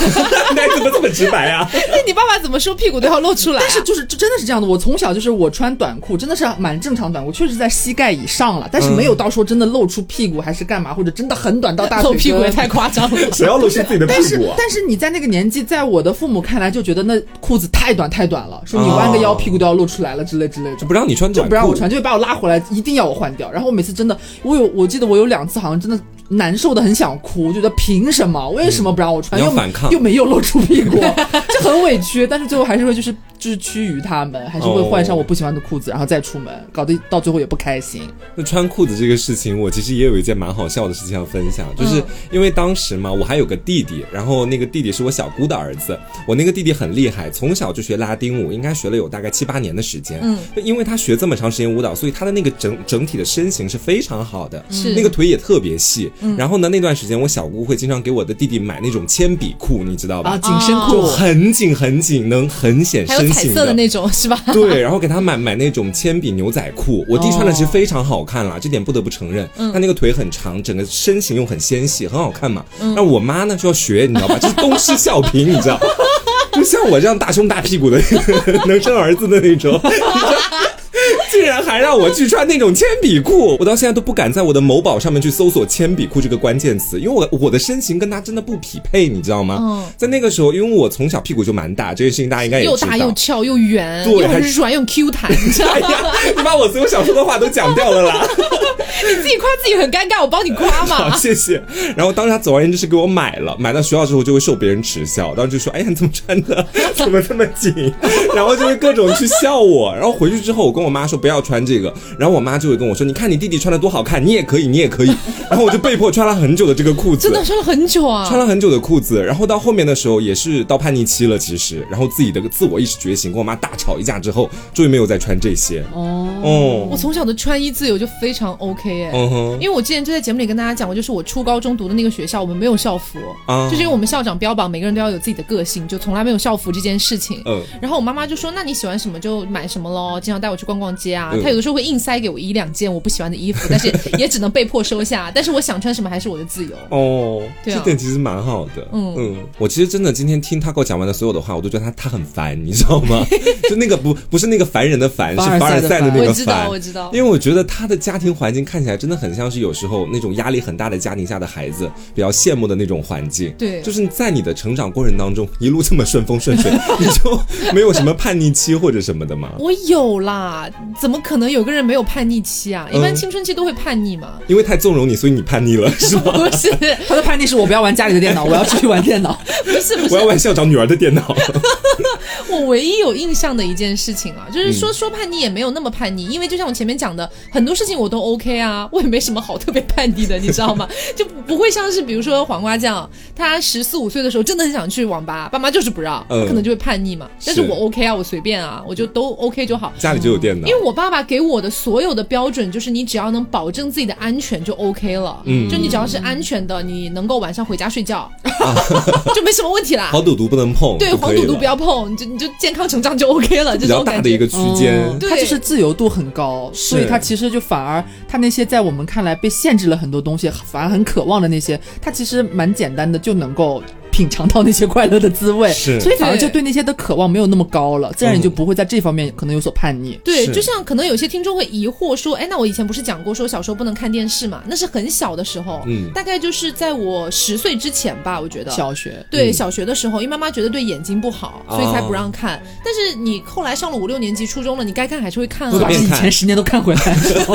奶怎么这么直白啊？
那哎你爸爸怎么说屁股都要露出来啊、
但是就是就真的是这样的。我从小就是我穿短裤，真的是蛮正常短裤，确实在膝盖以上了，但是没有到说真的露出屁股还是干嘛，或者真的很短到 大腿
露屁股
根
也太夸张了。
谁要露出自己的
但
屁
是
股啊？
但是你在那个年纪，在我的父母看来就觉得那裤子太短太短了，说你弯个腰
哦
屁股都要露出来了之类之类的
就。不让你穿
就
短裤，
不让我穿，就会把我拉回来，一定要我换掉。然后我每次真的，我有，我记得我有两次好像真的难受的很想哭，觉得凭什么，为什么不让我穿？
你要
又
反抗
又没有露出屁股，就很委屈。但是最后还是会就是就是趋于他们，还是会换上我不喜欢的裤子，然后再出门，搞得到最后也不开心。
那穿裤子这个事情，我其实也有一件蛮好笑的事情要分享，就是
嗯
因为当时嘛，我还有个弟弟，然后那个弟弟是我小姑的儿子，我那个弟弟很厉害，从小就学拉丁舞，应该学了有大概七八年的时间。
嗯，
因为他学这么长时间舞蹈，所以他的那个整整体的身形是非常好的，
嗯是嗯
那个腿也特别细。然后呢，那段时间我小姑会经常给我的弟弟买那种铅笔裤，你知道吧？
啊，紧身
就
裤，
很紧很紧，能很显
哦还有
身
彩
形
色的那种是吧？
对，然后给他买买那种铅笔牛仔裤，我弟穿
哦
的其实非常好看啦，这点不得不承认。
嗯
他那个腿很长，整个身形又很纤细，很好看嘛。
嗯
那我妈呢就要学，你知道吧？就是东施效颦，你知道。 就像我这样大胸大屁股的，能生儿子的那种， 你知道竟然还让我去穿那种铅笔裤，我到现在都不敢在我的某宝上面去搜索“铅笔裤”这个关键词，因为我我的身形跟他真的不匹配，你知道吗？
嗯
在那个时候，因为我从小屁股就蛮大，这件事情大家应该也
又
哎知道。
大又翘又圆，
对
又
还
软又 Q 弹，你知道
哎
吗？
呀，你把我所有想说的话都讲掉 了啦。
你自己夸自己很尴尬，我帮你夸
好，
嘛。
谢谢。然后当时他总而言之是给我买了，买到学校之后就会受别人耻笑，当时就说：“哎呀，你 怎么 穿的怎么这么紧？”然后就会各种去笑我。然后回去之后，我跟我妈说不要穿这个。然后我妈就会跟我说：“你看你弟弟穿的多好看，你也可以，你也可以。”然后我就被迫穿了很久的这个裤子，
真的穿了很久啊，
穿了很久的裤子。然后到后面的时候也是到叛逆期了，其实，然后自己的自我意识觉醒，跟我妈大吵一架之后，终于没有再穿这些。哦，
我从小的穿衣自由就非常 OK 哎、
嗯哼，
因为我之前就在节目里跟大家讲过，就是我初高中读的那个学校，我们没有校服，
啊
就是因为我们校长标榜每个人都要有自己的个性，就从来没有校服这件事情。
嗯
然后我妈妈就说：“那你喜欢什么就买什么喽，经常带我去逛逛街啊。
嗯
她有的时候会硬塞给我一两件我不喜欢的 衣服，但是也只能被迫收下。但是我想穿什么还是我的自由。
哦，
对啊
这点其实蛮好的。
嗯
我其实真的今天听 Taco 讲完的所有的话，我都觉得他他很烦，你知道 吗？就那个不不是那个烦人的烦，
凡
是
尔
凡尔
赛的
赛的
凡
那
我
个
知道，
烦
我。知道。
因为我觉得他的家庭环境看起来真的很像是有时候那种压力很大的家庭下的孩子比较羡慕的那种环境。
对
就是在你的成长过程当中一路这么顺风顺 水，你就没有什么叛逆期或者什么的吗？
我有啦，怎么可能有个人没有叛逆期啊？一般
嗯
青春期都会叛逆嘛。
因为太纵容你，所以你叛逆了，是吗？
不是，
他的叛逆是我不要玩家里的电脑，我要出去玩电脑。
不是， 不是
我要，玩校长女儿的电脑。
我唯一有印象的一件事情啊，就是
嗯
说说叛逆也没有那么叛逆，因为就像我前面讲的，很多事情我都 OK 啊，我也没什么好特别叛逆的，你知道吗？ 就不会像是比如说黄瓜酱，他十四五岁的时候真的很想去网吧，爸妈就是不让，
嗯
他可能就会叛逆嘛。但是我 OK 啊，我随便啊，我就都 OK 就好。
家里就有电脑
因，为我爸爸给我的所有的标准就是，你只要能保证自己的安全就 OK 了，
嗯
就你只要是安全的，你能够晚上回家睡觉，
啊
就没什么问题啦。
好赌毒不能碰，
对，
就
黄
可以
赌毒
了
不要碰，你就你就健康成长就 OK 了，
比
这
较
种
大
感
的
觉。
一个区间。
哦
对
他就是自由度很高，所以他其实就反而他那些在我们看来被限制了很多东西，反而很渴望的那些，他其实蛮简单的就能够品尝到那些快乐的滋味，
是
所以反而
对
就对那些的渴望没有那么高了，自然也就
嗯
不会在这方面可能有所叛逆。
对，
是
就像可能有些听众会疑惑说，哎，那我以前不是讲过说小时候不能看电视嘛？那是很小的时候，
嗯
大概就是在我十岁之前吧，我觉得。
小学
对，
嗯啊
小学的时候，因为妈妈觉得对眼睛不好，所以才不让看。但是你后来上了五六年级、初中了，你该看还是会看
随
把
啊
便。
以前十年都看回来，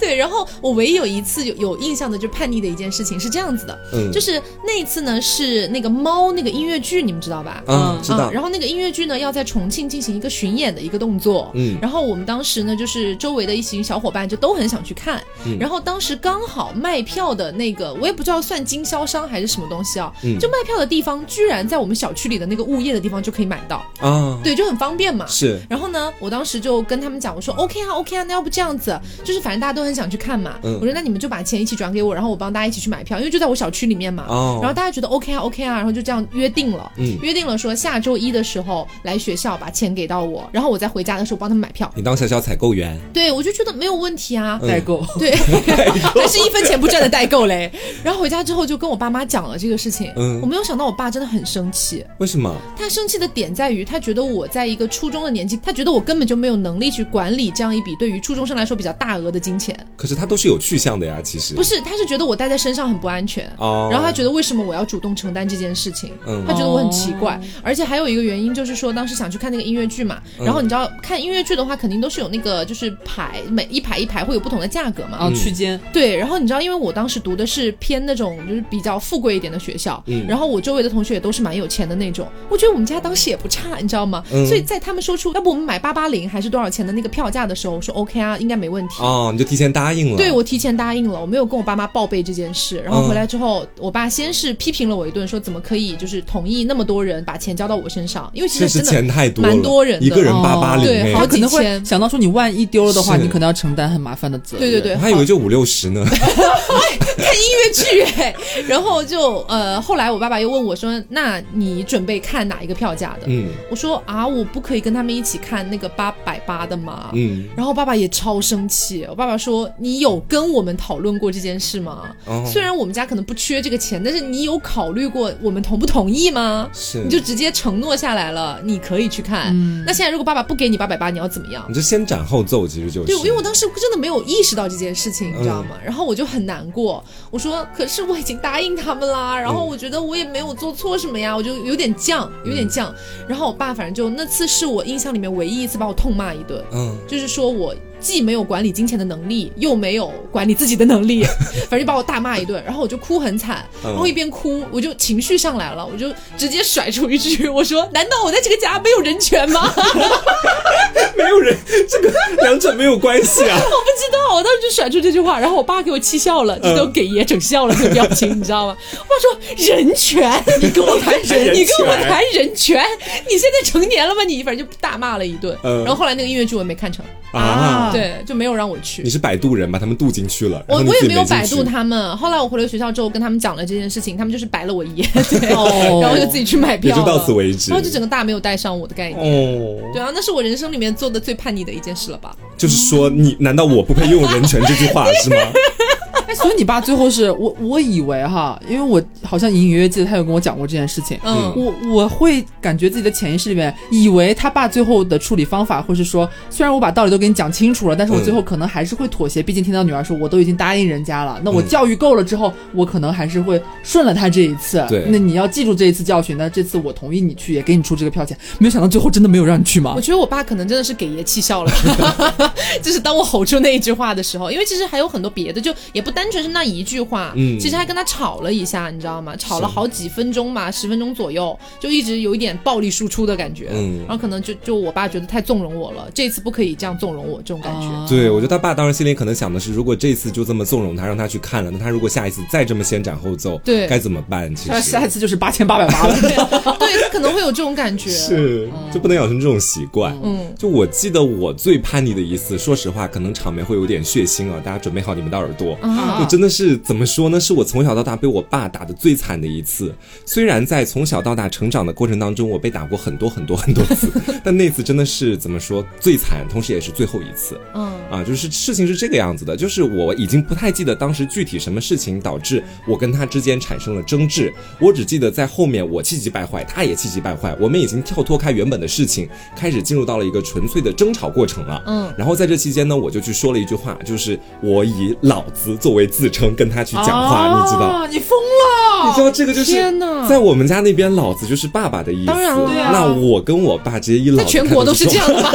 对，然后我唯一有一次有有印象的，就叛逆的一件事情是这样子的，
嗯，
就是那一次呢是那个猫那个音乐剧，你们知道吧？
啊，
嗯
知道
嗯。，然后那个音乐剧呢，要在重庆进行一个巡演的一个动作。
嗯
然后我们当时呢，就是周围的一群小伙伴就都很想去看。
嗯
然后当时刚好卖票的那个，我也不知道算经销商还是什么东西啊，
嗯
就卖票的地方居然在我们小区里的那个物业的地方就可以买到，
啊，
对，就很方便嘛。
是
然后呢，我当时就跟他们讲，我说 OK 啊，OK 啊，那要不这样子，就是反正大家都很想去看嘛，
嗯
我说那你们就把钱一起转给我，然后我帮大家一起去买票，因为就在我小区里面嘛。
哦
然后大家觉得 OK 啊，OK 啊，然后就这样约定了，
嗯
约定了说下周一的时候来学校把钱给到我，然后我再回家的时候帮他们买票。
你当小小采购员，
对，我就觉得没有问题啊。
嗯
代购。
对，还是一分钱不赚的代购嘞。然后回家之后就跟我爸妈讲了这个事情，
嗯
我没有想到我爸真的很生气，
为什么？
他生气的点在于，他觉得我在一个初中的年纪，他觉得我根本就没有能力去管理这样一笔对于初中生来说比较大额的金钱。
可是他都是有去向的呀，其实
不是，他是觉得我带在身上很不安全。
哦，
然后他觉得为什么我要主动承担这件事情？
嗯
他觉得我很奇怪，而且还有一个原因就是说，当时想去看那个音乐剧嘛，然后你知道
嗯
看音乐剧的话，肯定都是有那个就是排每一排一排会有不同的价格嘛，
哦
啊，区间
对，然后你知道，因为我当时读的是偏那种就是比较富贵一点的学校，
嗯
然后我周围的同学也都是蛮有钱的那种，我觉得我们家当时也不差，你知道吗？
嗯
所以在他们说出要不我们买八八零还是多少钱的那个票价的时候，我说 OK 啊，应该没问题。
哦，你就提前答应了，
对，我提前答应了，我没有跟我爸妈报备这件事。然后
嗯
回来之后，我爸先是批评了我一顿，说怎么可以就是同意那么多人把钱交到我身上，因为其
确
实
实
真的
钱太多了，
蛮多人的
一个人八八
哦对
零
好
哎
几，
可能会
千
想到说你万一丢了的话，
是
你可能要承担很麻烦的责任。
对对对，
我还以为就五六 十呢，
越剧哎，然后就呃，后来我爸爸又问我说：“那你准备看哪一个票价的？”
嗯
我说：“啊，我不可以跟他们一起看那个八百八的吗？”
嗯，
然后爸爸也超生气，我爸爸说：“你有跟我们讨论过这件事吗？
哦，
虽然我们家可能不缺这个钱，但是你有考虑过我们同不同意吗？
是
你就直接承诺下来了，你可以去看。
嗯
那现在如果爸爸不给你八百八，你要怎么样？”
你就先斩后奏，其实嗯就是
对，因为我当时真的没有意识到这件事情，你知道
嗯
吗？然后我就很难过，我说，可是我已经答应他们啦，然后我觉得我也没有做错什么呀，我就有点犟，有
嗯
点犟。然后我爸反正就那次是我印象里面唯一一次把我痛骂一顿，
嗯
就是说我既没有管理金钱的能力，又没有管理自己的能 力，反正就把我大骂一顿，然后我就哭很惨，
嗯
然后一边哭我就情绪上来了，我就直接甩出一 句，我说，难道我在这个家没有人权吗？
没有人这个两者没有关系
我
啊。
不知道，我当时就甩出这句话，然后我爸给我气笑了，这都给爷整笑了的表情，你知道吗？我说人权，你跟我谈
人
你跟我
权
谈人权，你现在成年了吗？你反正就大骂了一顿。
嗯
然后后来那个音乐剧我也没看成，
啊，
对，就没有让我去
你。是摆渡人，把他们渡进去了。然
我
后你
我也
自
没
己
有
进
百
去
度他们，后来我回了学校之后跟他们讲了这件事情，他们就是白了我一 眼，对，
哦
然后就自己去买
也
票
就
了，
到此为止
然。后就整个大没有带上我的概念。
哦，
对啊，那是我人生里面做的最叛逆的一件事了吧？
就是说你难道我不配拥有人权这句话 是吗？
哎，所以你爸最后是我，我以为哈，因为我好像隐隐约约记得他有跟我讲过这件事情。
嗯，
我我会感觉自己的潜意识里面，以为他爸最后的处理方法会是说，虽然我把道理都给你讲清楚了，但是我最后可能还是会妥协。毕竟听到女儿说我都已经答应人家了，那我
嗯
教育够了之后，我可能还是会顺了他这一次。
对
那你要记住这一次教训。那这次我同意你去，也给你出这个票钱。没有想到最后真的没有让你去吗
我？觉得我爸可能真的是给爷气笑了， 就是当我吼出那一句话的时候，因为其实还有很多别的，就也不单纯是那一句话，
嗯
其实还跟他吵了一下，你知道吗？吵了好几分钟吧，十分钟左右，就一直有一点暴力输出的感觉，
嗯
然后可能就就我爸觉得太纵容我了，这次不可以这样纵容我这种感觉，
啊
对，我觉得他爸当时心里可能想的是，如果这次就这么纵容他，让他去看了，那他如果下一次再这么先斩后奏，
对
该怎么办？其
他
实
下一次就是八千八百 八了。
对他可能会有这种感觉，
是
嗯
就不能养成这种习惯。
嗯，
就我记得我最叛逆的一次，说实话，可能场面会有点血腥啊，大家准备好你们的耳
嗯
朵。
啊
就真的是怎么说呢？是我从小到大被我爸打的最惨的一次。虽然在从小到大成长的过程当中，我被打过很多很多很多次， 但那次真的是怎么说最惨，同时也是最后一次。
嗯
啊，就是事情是这个样子的，就是我已经不太记得当时具体什么事情导致我跟他之间产生了争执，我只记得在后面我气急败坏，他也气急败坏，我们已经跳脱开原本的事情，开始进入到了一个纯粹的争吵过程了。
嗯，
然后在这期间呢，我就去说了一句话，就是我以老子作为自称跟他去讲话，你知道。
啊，你疯了！
你知道这个就是
哦天哪
在我们家那边，老子就是爸爸的意思。
当然了对啊
那我跟我爸直接一老
在
子
全
开
国
头
都是
说
这样的吧？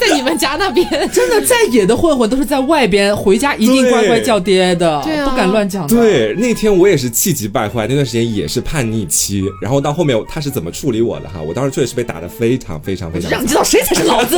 在你们家那边，
真的在野的混混都是在外边，回家一定乖乖叫爹的，
对对啊
不敢乱讲的。，
对，
嗯
那天我也是气急败坏，那段时间也是叛逆期。然后到后面他是怎么处理我的哈？我当时确实被打得非常非常非常
让你知道谁才是老 子。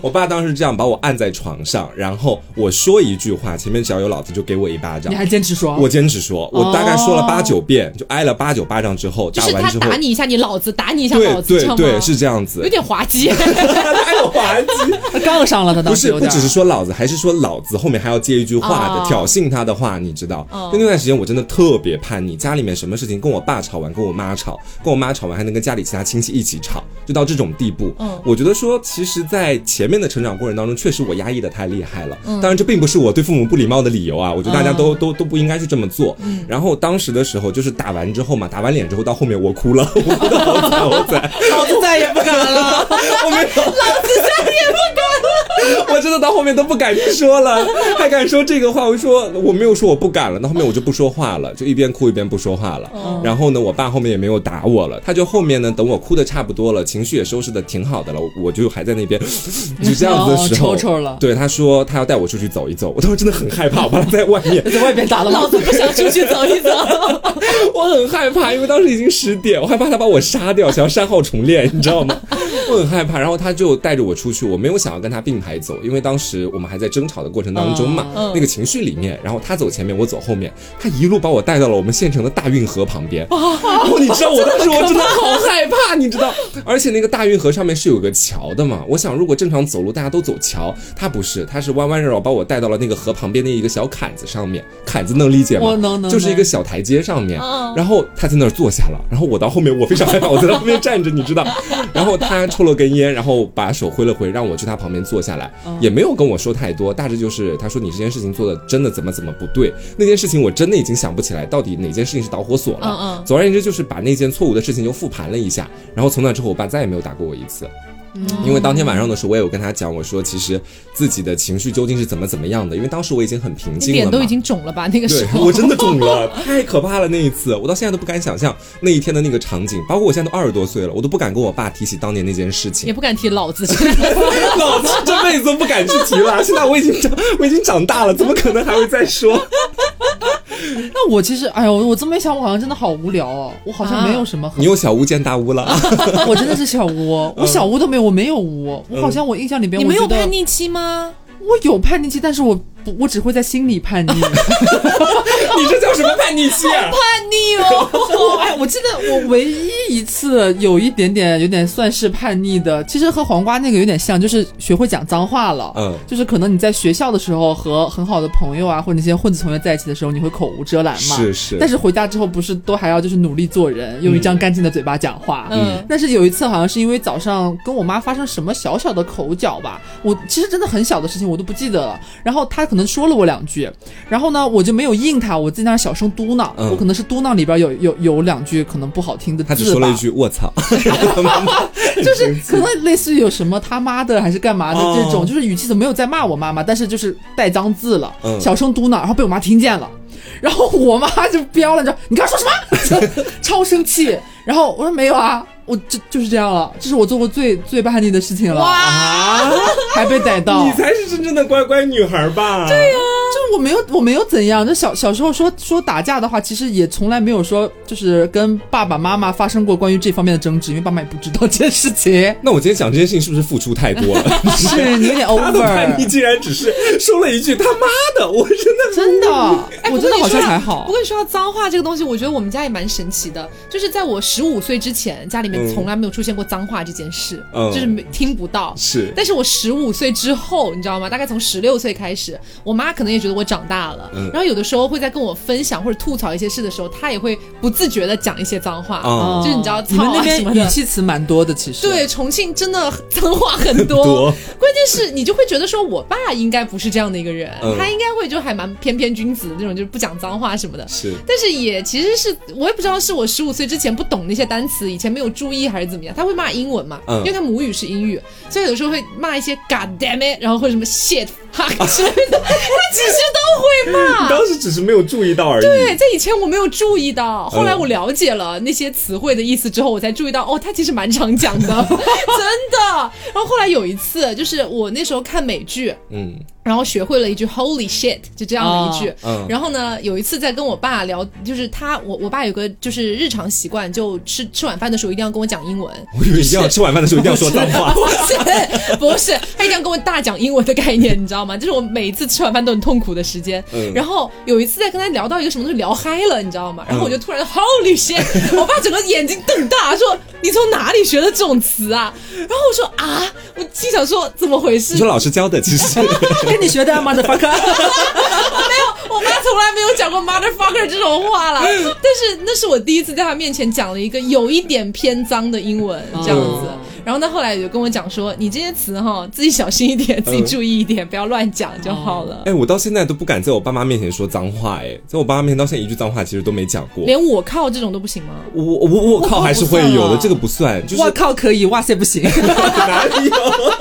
我爸当时这样把我按在床上，然后我说一句话，前面只要有老子就给我一巴掌
你。还坚持说？
我坚持
哦
说，我大概说了八九遍，就挨了八九巴掌之后，
就
打
是
完
他
之后
打，你一下，你老子打你一下，
对
老子这
对
样吗
对，是这样子
有，点滑稽。
还有还击。
杠上了，他当
不
时
是，
有
不
点
只是说老子，还是说老子后面还要接一句话的、
哦
挑衅他的话，你知道？
哦
那那段时间我真的特别叛逆，家里面什么事情跟我爸吵完，跟我妈吵，跟我妈吵完还能跟家里其他亲戚一起吵，就到这种地步。
嗯
我觉得说，其实，在前面的成长过程当中，确实我压抑的太厉害了。当然，这并不是我对父母不礼貌的理由
哦
啊，我觉得大家都、都都不应该去这么做。
嗯
然后当时的时候，就是打完之后嘛，打完脸之后到后面我哭了，我哭的好惨好惨。
老子再也不敢了。
我没有，老子再也不敢了。我真的到后面都不敢说了，还敢说这个话？我就说我没有说我不敢了，到后面我就不说话了，就一边哭一边不说话了。
哦
然后呢，我爸后面也没有打我了，他就后面呢，等我哭的差不多了，情绪也收拾的挺好的了，我就还在那 边就这样子的时候，
哦抽抽了
对，他说他要带我出去走一走，我当时真的很害怕，我怕他在外面，
在外边打了吗
老子不想出去走一走。
我很害怕，因为当时已经十点，我害怕他把我杀掉，想要删号重练，你知道吗？ 我很害怕，然后他就带着我出去，我没有想要跟他并排走，因为当时我们还在争吵的过程当中嘛，
嗯
那个情绪里面，然后他走前面，我走后面，他一路把我带到了我们县城的大运河旁边。哦，你知道我当时我真的好害怕，你知道？而且那个大运河上面是有个桥的嘛，我想如果正常走路大家都走桥，他不是，他是弯弯绕绕把我带到了那个河旁边的一个小坎子上面，坎子能理解吗？
我能能
就是一
能
个小台阶上面
嗯，
然后他在那儿坐下了，然后我到后面我非常害怕，我在他后面站着，你知道，然后他抽了根烟，然后把手挥了挥，让我去他旁边坐下来，
哦
也没有跟我说太多，大致就是他说你这件事情做的真的怎么怎么不对，那件事情我真的已经想不起来到底哪件事情是导火索
嗯
了
嗯，
总而言之就是把那件错误的事情又复盘了一下，然后从那之后我爸再也没有打过我一次。
嗯
因为当天晚上的时候，我也有跟他讲，我说其实自己的情绪究竟是怎么怎么样的，因为当时我已经很平
你
静了嘛，
脸都已经肿了吧？ 那个时
对
候，
我真的肿了，太可怕了那一次，我到现在都不敢想象那一天的那个场景，包括我现在都二十多岁了，我都不敢跟我爸提起当年那件事
也
情。
不敢提老 子这个字。
老子这辈子都不敢去提了，现在我已经长，我已经长大了，怎么可能还会再说？
那我其实，哎呦，我这么一想，我好像真的好无聊哦，我好像没有什么
你
很，
又小巫见大巫了，
我真的是小巫， 我小巫都没有，我没有巫，我好像我印象里边，
你
我
们有
觉得
叛，逆期吗？
我有叛逆期，但是我不，我只会在心里叛逆。
你这叫什么叛逆期啊？
叛逆哦，
我哎，我记得我唯一一次有一点点有点算是叛逆的，其实和黄瓜那个有点像，就是学会讲脏话了。
嗯
就是可能你在学校的时候和很好的朋友啊，或者那些混子同学在一起的时候，你会口无遮拦嘛。
是是
但是回家之后，不是都还要就是努力做人，用一
嗯
张干净的嘴巴讲话。
嗯
但是有一次好像是因为早上跟我妈发生什么小小的口角吧，我其实真的很小的事情我都不记得了。然后她可能说了我两句，然后呢我就没有应她，我自己在那儿小声嘟囔，
嗯
我可能是嘟囔里边有有有两句可能不好听的字吧，
他只说了一句“卧槽”，
就是可能类似于有什么他妈的还是干嘛的
哦
这种，就是语气怎么没有在骂我妈妈，但是就是带脏字了，
嗯
小声嘟囔，然后被我妈听见了，然后我妈就飙了，你知道你刚才说什么？ 超生气。然后我说没有啊，我就就是这样了，这是我做过最最叛逆的事情了，
啊，
还被逮到。
你才是真正的乖乖女孩吧？对呀，
就是我没有我没有怎样，就小小时候说说打架的话，其实也从来没有说就是跟爸爸妈妈发生过关于这方面的争执，因为爸妈也不知道这件事情。
那我今天讲这件事情是不是付出太多了？
是你有点
他的
over，
叛逆竟然只是说了一句“他妈的”，我真的
真的，我
哎不过
真的
你
好
说
像
到
还好
不。过你说到脏话这个东西，我觉得我们家也蛮神奇的，就是在我十五岁之前，家里面
嗯
从来没有出现过脏话这件事，
嗯
就是没听不到。
是
但是我十五岁之后，你知道吗？大概从十六岁开始，我妈可能也觉得我长大了，
嗯
然后有的时候会在跟我分享或者吐槽一些事的时候，她也会不自觉的讲一些脏话，
啊
就是你知道
哦你们
操啊
那
什
边
么的
语气词蛮多的，其实
对，，重庆真的脏话很多，
多
关键是你就会觉得说，我爸应该不是这样的一个人，
嗯
他应该会就还蛮翩翩君子的那种，就是不讲脏话什么的。
是
但是也其实是我也不知道是我十五岁之前不懂那些单词，以前没有注意还是怎么样。他会骂英文嘛，
嗯
因为他母语是英语，所以有时候会骂一些 God damn it，然后或者什么 shit fuck 之类的，他其实都会骂。
你当时只是没有注意到而已。
对，在以前我没有注意到，后来我了解了那些词汇的意思之后，我才注意到，哦，他其实蛮常讲的，真的。然后后来有一次，就是我那时候看美剧，
嗯
然后学会了一句 “Holy shit”，就这样的一句。
嗯
然后呢，有一次在跟我爸聊，就是他，我我爸有个就是日常习惯，就吃吃晚饭的时候一定要跟我讲英 文。啊
我以为一定要吃晚饭的时候一定要说脏 话。
不是 不是，他一定要跟我大讲英文的概念，你知道吗？就是我每一次吃完饭都很痛苦的时间。
嗯
然后有一次在跟他聊到一个什么东西聊嗨了，你知道吗？然后我就突然 Holy shit！我爸 整个眼睛瞪大，说你从哪里学的这种词啊？然后我说啊，我心想说怎么回事
你？说老师教的，其实
跟 你学的啊妈的 fuck，
我妈从来没有讲过 motherfucker 这种话 了，但是那是我第一次在她面前讲了一个有一点偏脏的英文这样子
嗯。
然后她后来就跟我讲说，你这些词哈，自己小心一点，自己注意一点，不要乱讲就好了。
哎，我到现在都不敢在我爸妈面前说脏话，哎，在我爸妈面前到现在一句脏话其实都没讲过。
连我靠这种都不行 吗？
我我我我靠，还是会有
我
的，
靠不算啊
这个不算，就是
我靠可以，哇塞 不行，
哪里有？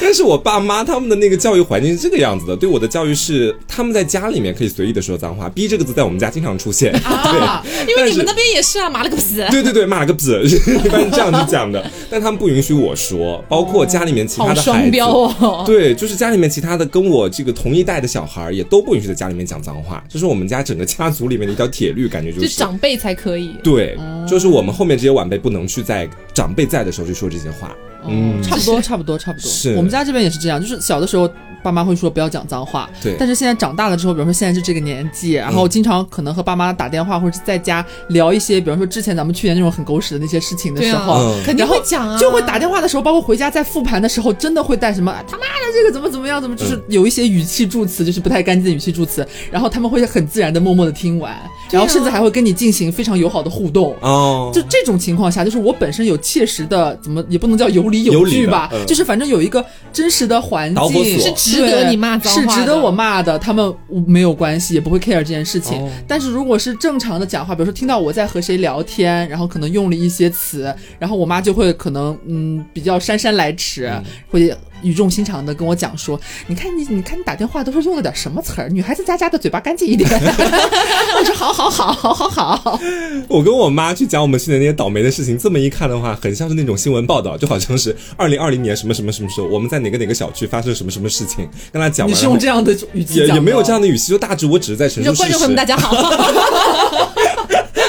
但是我爸妈他们的那个教育环境是这个样子的，对我的教育是他们在家里面可以随意的说脏话，“逼”这个字在我们家经常出现，
啊， 因
但
为
是
你们那边也是啊，麻了个死。
对对对，骂了个字， 一般是这样去讲的，但他们不允许我说，包括家里面其他
好
的
双
孩子。
标
啊
哦！
对，就是家里面其他的跟我这个同一代的小孩儿也都不允许在家里面讲脏话，这是我们家整个家族里面的一条铁律，感觉就。
就是长辈才可以，
对，
哦
就是我们后面这些晚辈不能去在长辈在的时候去说这些话。嗯，
差不多差不多差不多。
是
我们家这边也是这样，就是小的时候爸妈会说不要讲脏话，
对嗯
但是现在长大了之后，比如说现在是这个年纪，然后经常可能和爸妈打电话或者是在家聊一些，比方说之前咱们去年那种很狗屎的那些事情的
对
时
啊
候，，
嗯
肯定
然后
会讲啊，
就会打电话的时候，包括回家在复盘的时候，真的会带什么啊他妈的这个怎么怎么样，怎么
嗯
就是有一些语气助词，就是不太干净的语气助词，然后他们会很自然的默默的听完，然后甚至还会跟你进行非常友好的互动。
啊哦，
就这种情况下，就是我本身有切实的，怎么也不能叫有理
有理
据
的
吧，
嗯
就是反正有一个真实的环
导火
境
索是
值得
对
你骂脏
是
话
值得
的
我骂的，他们没有关系，也不会 care 这件事情。
哦
但是如果是正常的讲话，比如说听到我在和谁聊天，然后可能用了一些词，然后我妈就会可能嗯比较姗姗来迟，会语重心长的跟我讲说，你看你，你看你打电话都是用了点什么词儿？女孩子家家的嘴巴干净一点。我说好好好好好好。
我跟我妈去讲我们去年那些倒霉的事情，这么一看的话，很像是那种新闻报道，就好像是二零二零年什么什么什么时候，我们在哪个哪个小区发生什么什么事情，跟她讲完。
你是用这样的语气
也也没有这样
的。
的语气，就大致我只是在陈
你
述
说观
事实
众朋友。们，大家 好。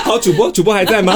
好，主播主播还在 吗？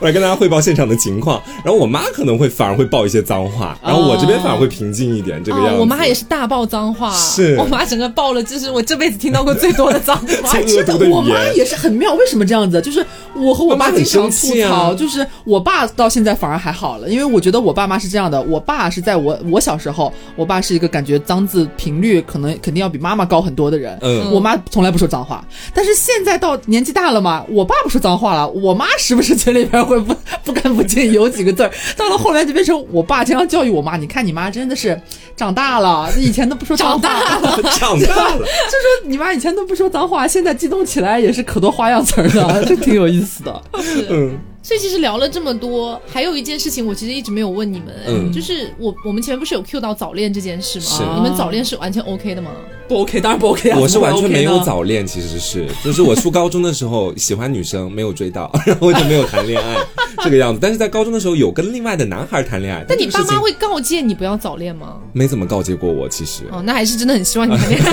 我来跟大家汇报现场的情况。然后我妈可能会反而会爆一些脏话，然后我这边反而会平静一点，这个样
哦
子。，
啊我妈也是大爆脏话，
是
我妈整个爆了，这是我这辈子听到过最多的脏话
最。恶
真
毒
的
的，语
我妈
言。
也是很妙。为什么这样子？就是我和我
妈
妈
妈很
经
生
常吐
气啊
槽，就是我爸到现在反而还好了，因为我觉得我爸妈是这样的。我爸是在我我小时候，我爸是一个感觉脏字频率可能肯定要比妈妈高很多的人。
嗯
我妈从来不说脏话，但是现在到年纪大了嘛，我爸不说脏话了，我妈时不时嘴里边会不不干不净有几个字儿，到了后来就变成我爸经常教育我妈，你看你妈真的是长大了，以前都不说脏话。
长 大了，
就说你妈以前都不说脏话，现在激动起来也是可多花样词儿的， 这挺有意思的。
嗯，
所以其实聊了这么多，还有一件事情我其实一直没有问你们，
嗯
就是我我们前面不是有 Q 到早恋这件事
是
吗？你们早恋是嗯完全 OK 的吗？
不 OK，当然不 OK 啊！
我是完全没有
早。
早恋，其实是，就是我初高中的时候喜欢女生，没有追到， 然后就没有谈恋爱这个样子。但是在高中的时候有跟另外的男孩谈恋爱，
那
但
你
这
爸
个事
妈
情
会告诫你不要早恋吗？
没怎么告诫过我，其实。
哦，那还是真的很希望你谈恋爱。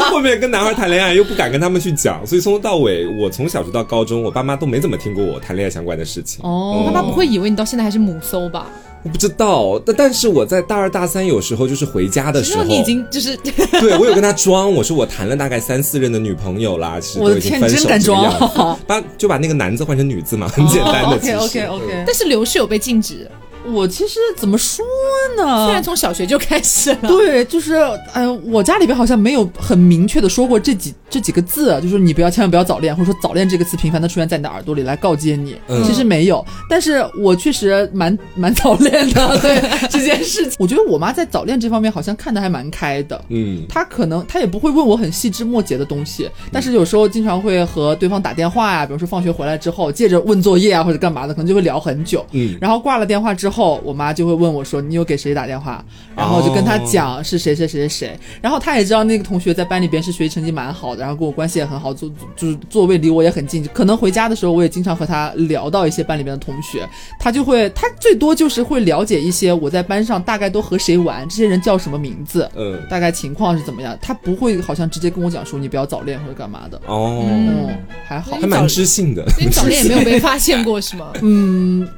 后面跟男孩谈恋爱又不敢跟他们去讲，所以从头到尾，我从小学到高中，我爸妈都没怎么听过我谈恋爱相关的事情。
哦
我爸妈不会以为你到现在还是母搜吧？
我不知道，但但是我在大二大三有时候就是回家的
只
时候，
有你已经 就是
对我有跟他装，我说我谈了大概三四任的女朋友啦，其实
我
都
的
已经
天，
分
你
手
真敢
这个
装哦
样子！ 把就把那个男字换成女字嘛，很简单的。
OK
其
OK
实
OK。
但是刘是有被禁止，
我其实怎么说
虽然
呢？
从小学就开始了。
对，就是，呃，我家里边好像没有很明确的说过这几这几个字，啊就是你不要千万不要早恋，或者说早恋这个词频繁的出现在你的耳朵里来告诫你。
嗯
其实没有，但是我确实蛮蛮早恋的， 对这件事情，我觉得我妈在早恋这方面好像看的还蛮开的。
嗯，
他可能他也不会问我很细枝末节的东西，但是有时候经常会和对方打电话呀、比如说放学回来之后，借着问作业啊或者干嘛的，可能就会聊很久。
嗯
然后挂了电话之后，我妈就会问我说：“你有给谁打电话？”然后我就跟她讲是谁谁谁谁谁。然后她也知道那个同学在班里边是学习成绩蛮好的，然后跟我关系也很好，坐就是座位离我也很近，可能回家的时候我也经常和她聊到一些班里边的同学。她就会，她最多就是会了解一些我在班上大概都和谁玩，这些人叫什么名字，
嗯
大概情况是怎么样，他不会好像直接跟我讲说你不要早恋或者干嘛的，
哦，
嗯，还好
嗯
还，蛮知性的。
所以你早恋也没有被发现过是 吗？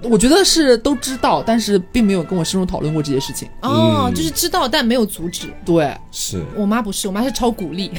我觉得是都知道，但是并没有跟我深入讨论过这些事情。
哦，
嗯
就是知道但没有阻止。
对，
是，
我妈不是，我妈是超鼓励。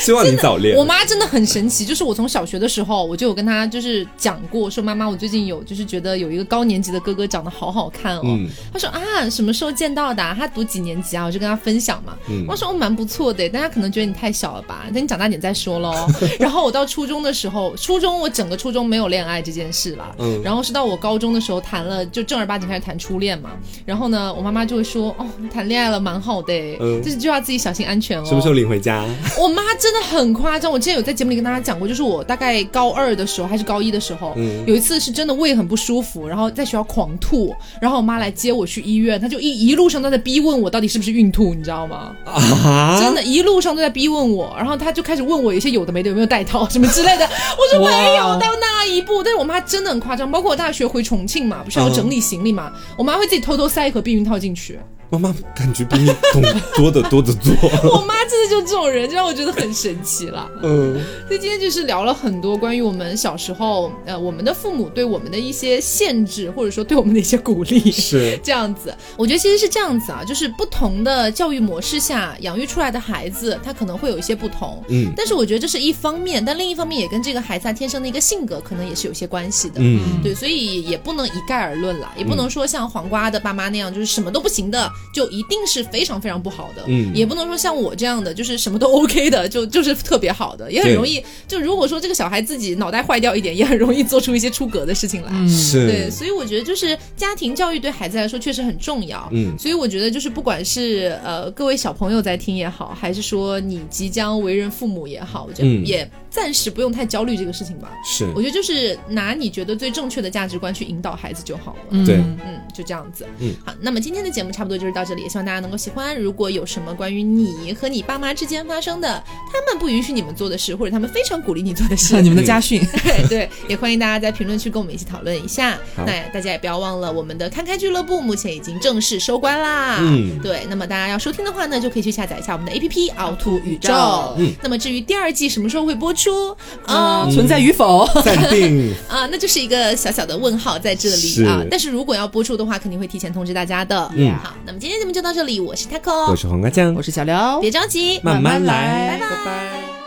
希望你早恋。
我妈真的很神奇，就是我从小学的时候，我就有跟她就是讲过，说妈妈，我最近有就是觉得有一个高年级的哥哥长得好好看哦。
嗯
她说啊，什么时候见到的啊、他读几年级啊？我就跟她分享嘛。
嗯
我说哦，蛮不错的，但他可能觉得你太小了吧，等你长大点再说喽。 然后我到初中的时候，初中我整个初中没有恋爱这件事了。
嗯
然后是到我高中的时候谈了，就正儿八经开始谈初恋嘛。然后呢，我妈妈就会说，哦，谈恋爱了蛮好的，
嗯
就是就要自己小心安全哦。
什么时候领回 家？
我妈真的很夸张，我之前有在节目里跟大家讲过，就是我大概高二的时候还是高一的时候，
嗯
有一次是真的胃很不舒服，然后在学校狂吐，然后我妈来接我去医院，她就一一路上都在逼问我到底是不是孕吐，你知道吗？
啊，
真的，一路上都在逼问我，然后她就开始问我一些有的没的，有没有带套什么之类的，我 说
哇
没有到那一步，但是我妈真的很夸张，包括我大学回重庆嘛，不是要整理行李嘛，我妈会自己偷偷塞一盒避孕套进去，
妈妈感觉比你懂多得多得多。
我妈真的就这种人，就让我觉得很神奇啦。
嗯
所以今天就是聊了很多关于我们小时候，呃，我们的父母对我们的一些限制，或者说对我们的一些鼓励。
是，
这样子，我觉得其实是这样子啊，就是不同的教育模式下养育出来的孩子，他可能会有一些不同。
嗯
但是我觉得这是一方面，但另一方面也跟这个孩子他天生的一个性格可能也是有些关系的。
嗯
对，所以也不能一概而论啦，也不能说像黄瓜的爸妈那样，就是什么都不行的，就一定是非常非常不好的。
嗯
也不能说像我这样的，就是什么都 OK 的，就就是特别好的，也很
对
容易。就如果说这个小孩自己脑袋坏掉一点，也 很容易做出一些出格的事情来。对，
是，
所以我觉得就是家庭教育对孩子来说确实很重要。
嗯
所以我觉得就是不管是呃各位小朋友在听也好，还是说你即将为人父母也好，我觉得
嗯
也暂时不用太焦虑这个事情吧。
是，
我觉得就是拿你觉得最正确的价值观去引导孩子就好了。
嗯
对
嗯，就这样子。
嗯，
好，那么今天的节目差不多就是到这里，也希望大家能够喜欢。如果有什么关于你和你爸妈之间发生的他们不允许你们做的事，或者他们非常鼓励你做的事，
嗯
你们的家训，
对对，也欢迎大家在评论区跟我们一起讨论一下。
好
那大家也不要忘了，我们的看开俱乐部目前已经正式收官啦。
嗯
对，那么大家要收听的话呢，就可以去下载一下我们的 APP 凹凸宇宙。
嗯
那么至于第二季什么时候会播出，啊、
嗯，存在与否，
暂定，
啊，那就是一个小小的问号在这里啊
是。
但是如果要播出的话，肯定会提前通知大家的。
嗯
好，那么今天节目就到这里，我是
我
Taco，
是黄瓜酱
我，是小廖，
别着急，
哦慢慢
慢慢来
拜
来，
拜
拜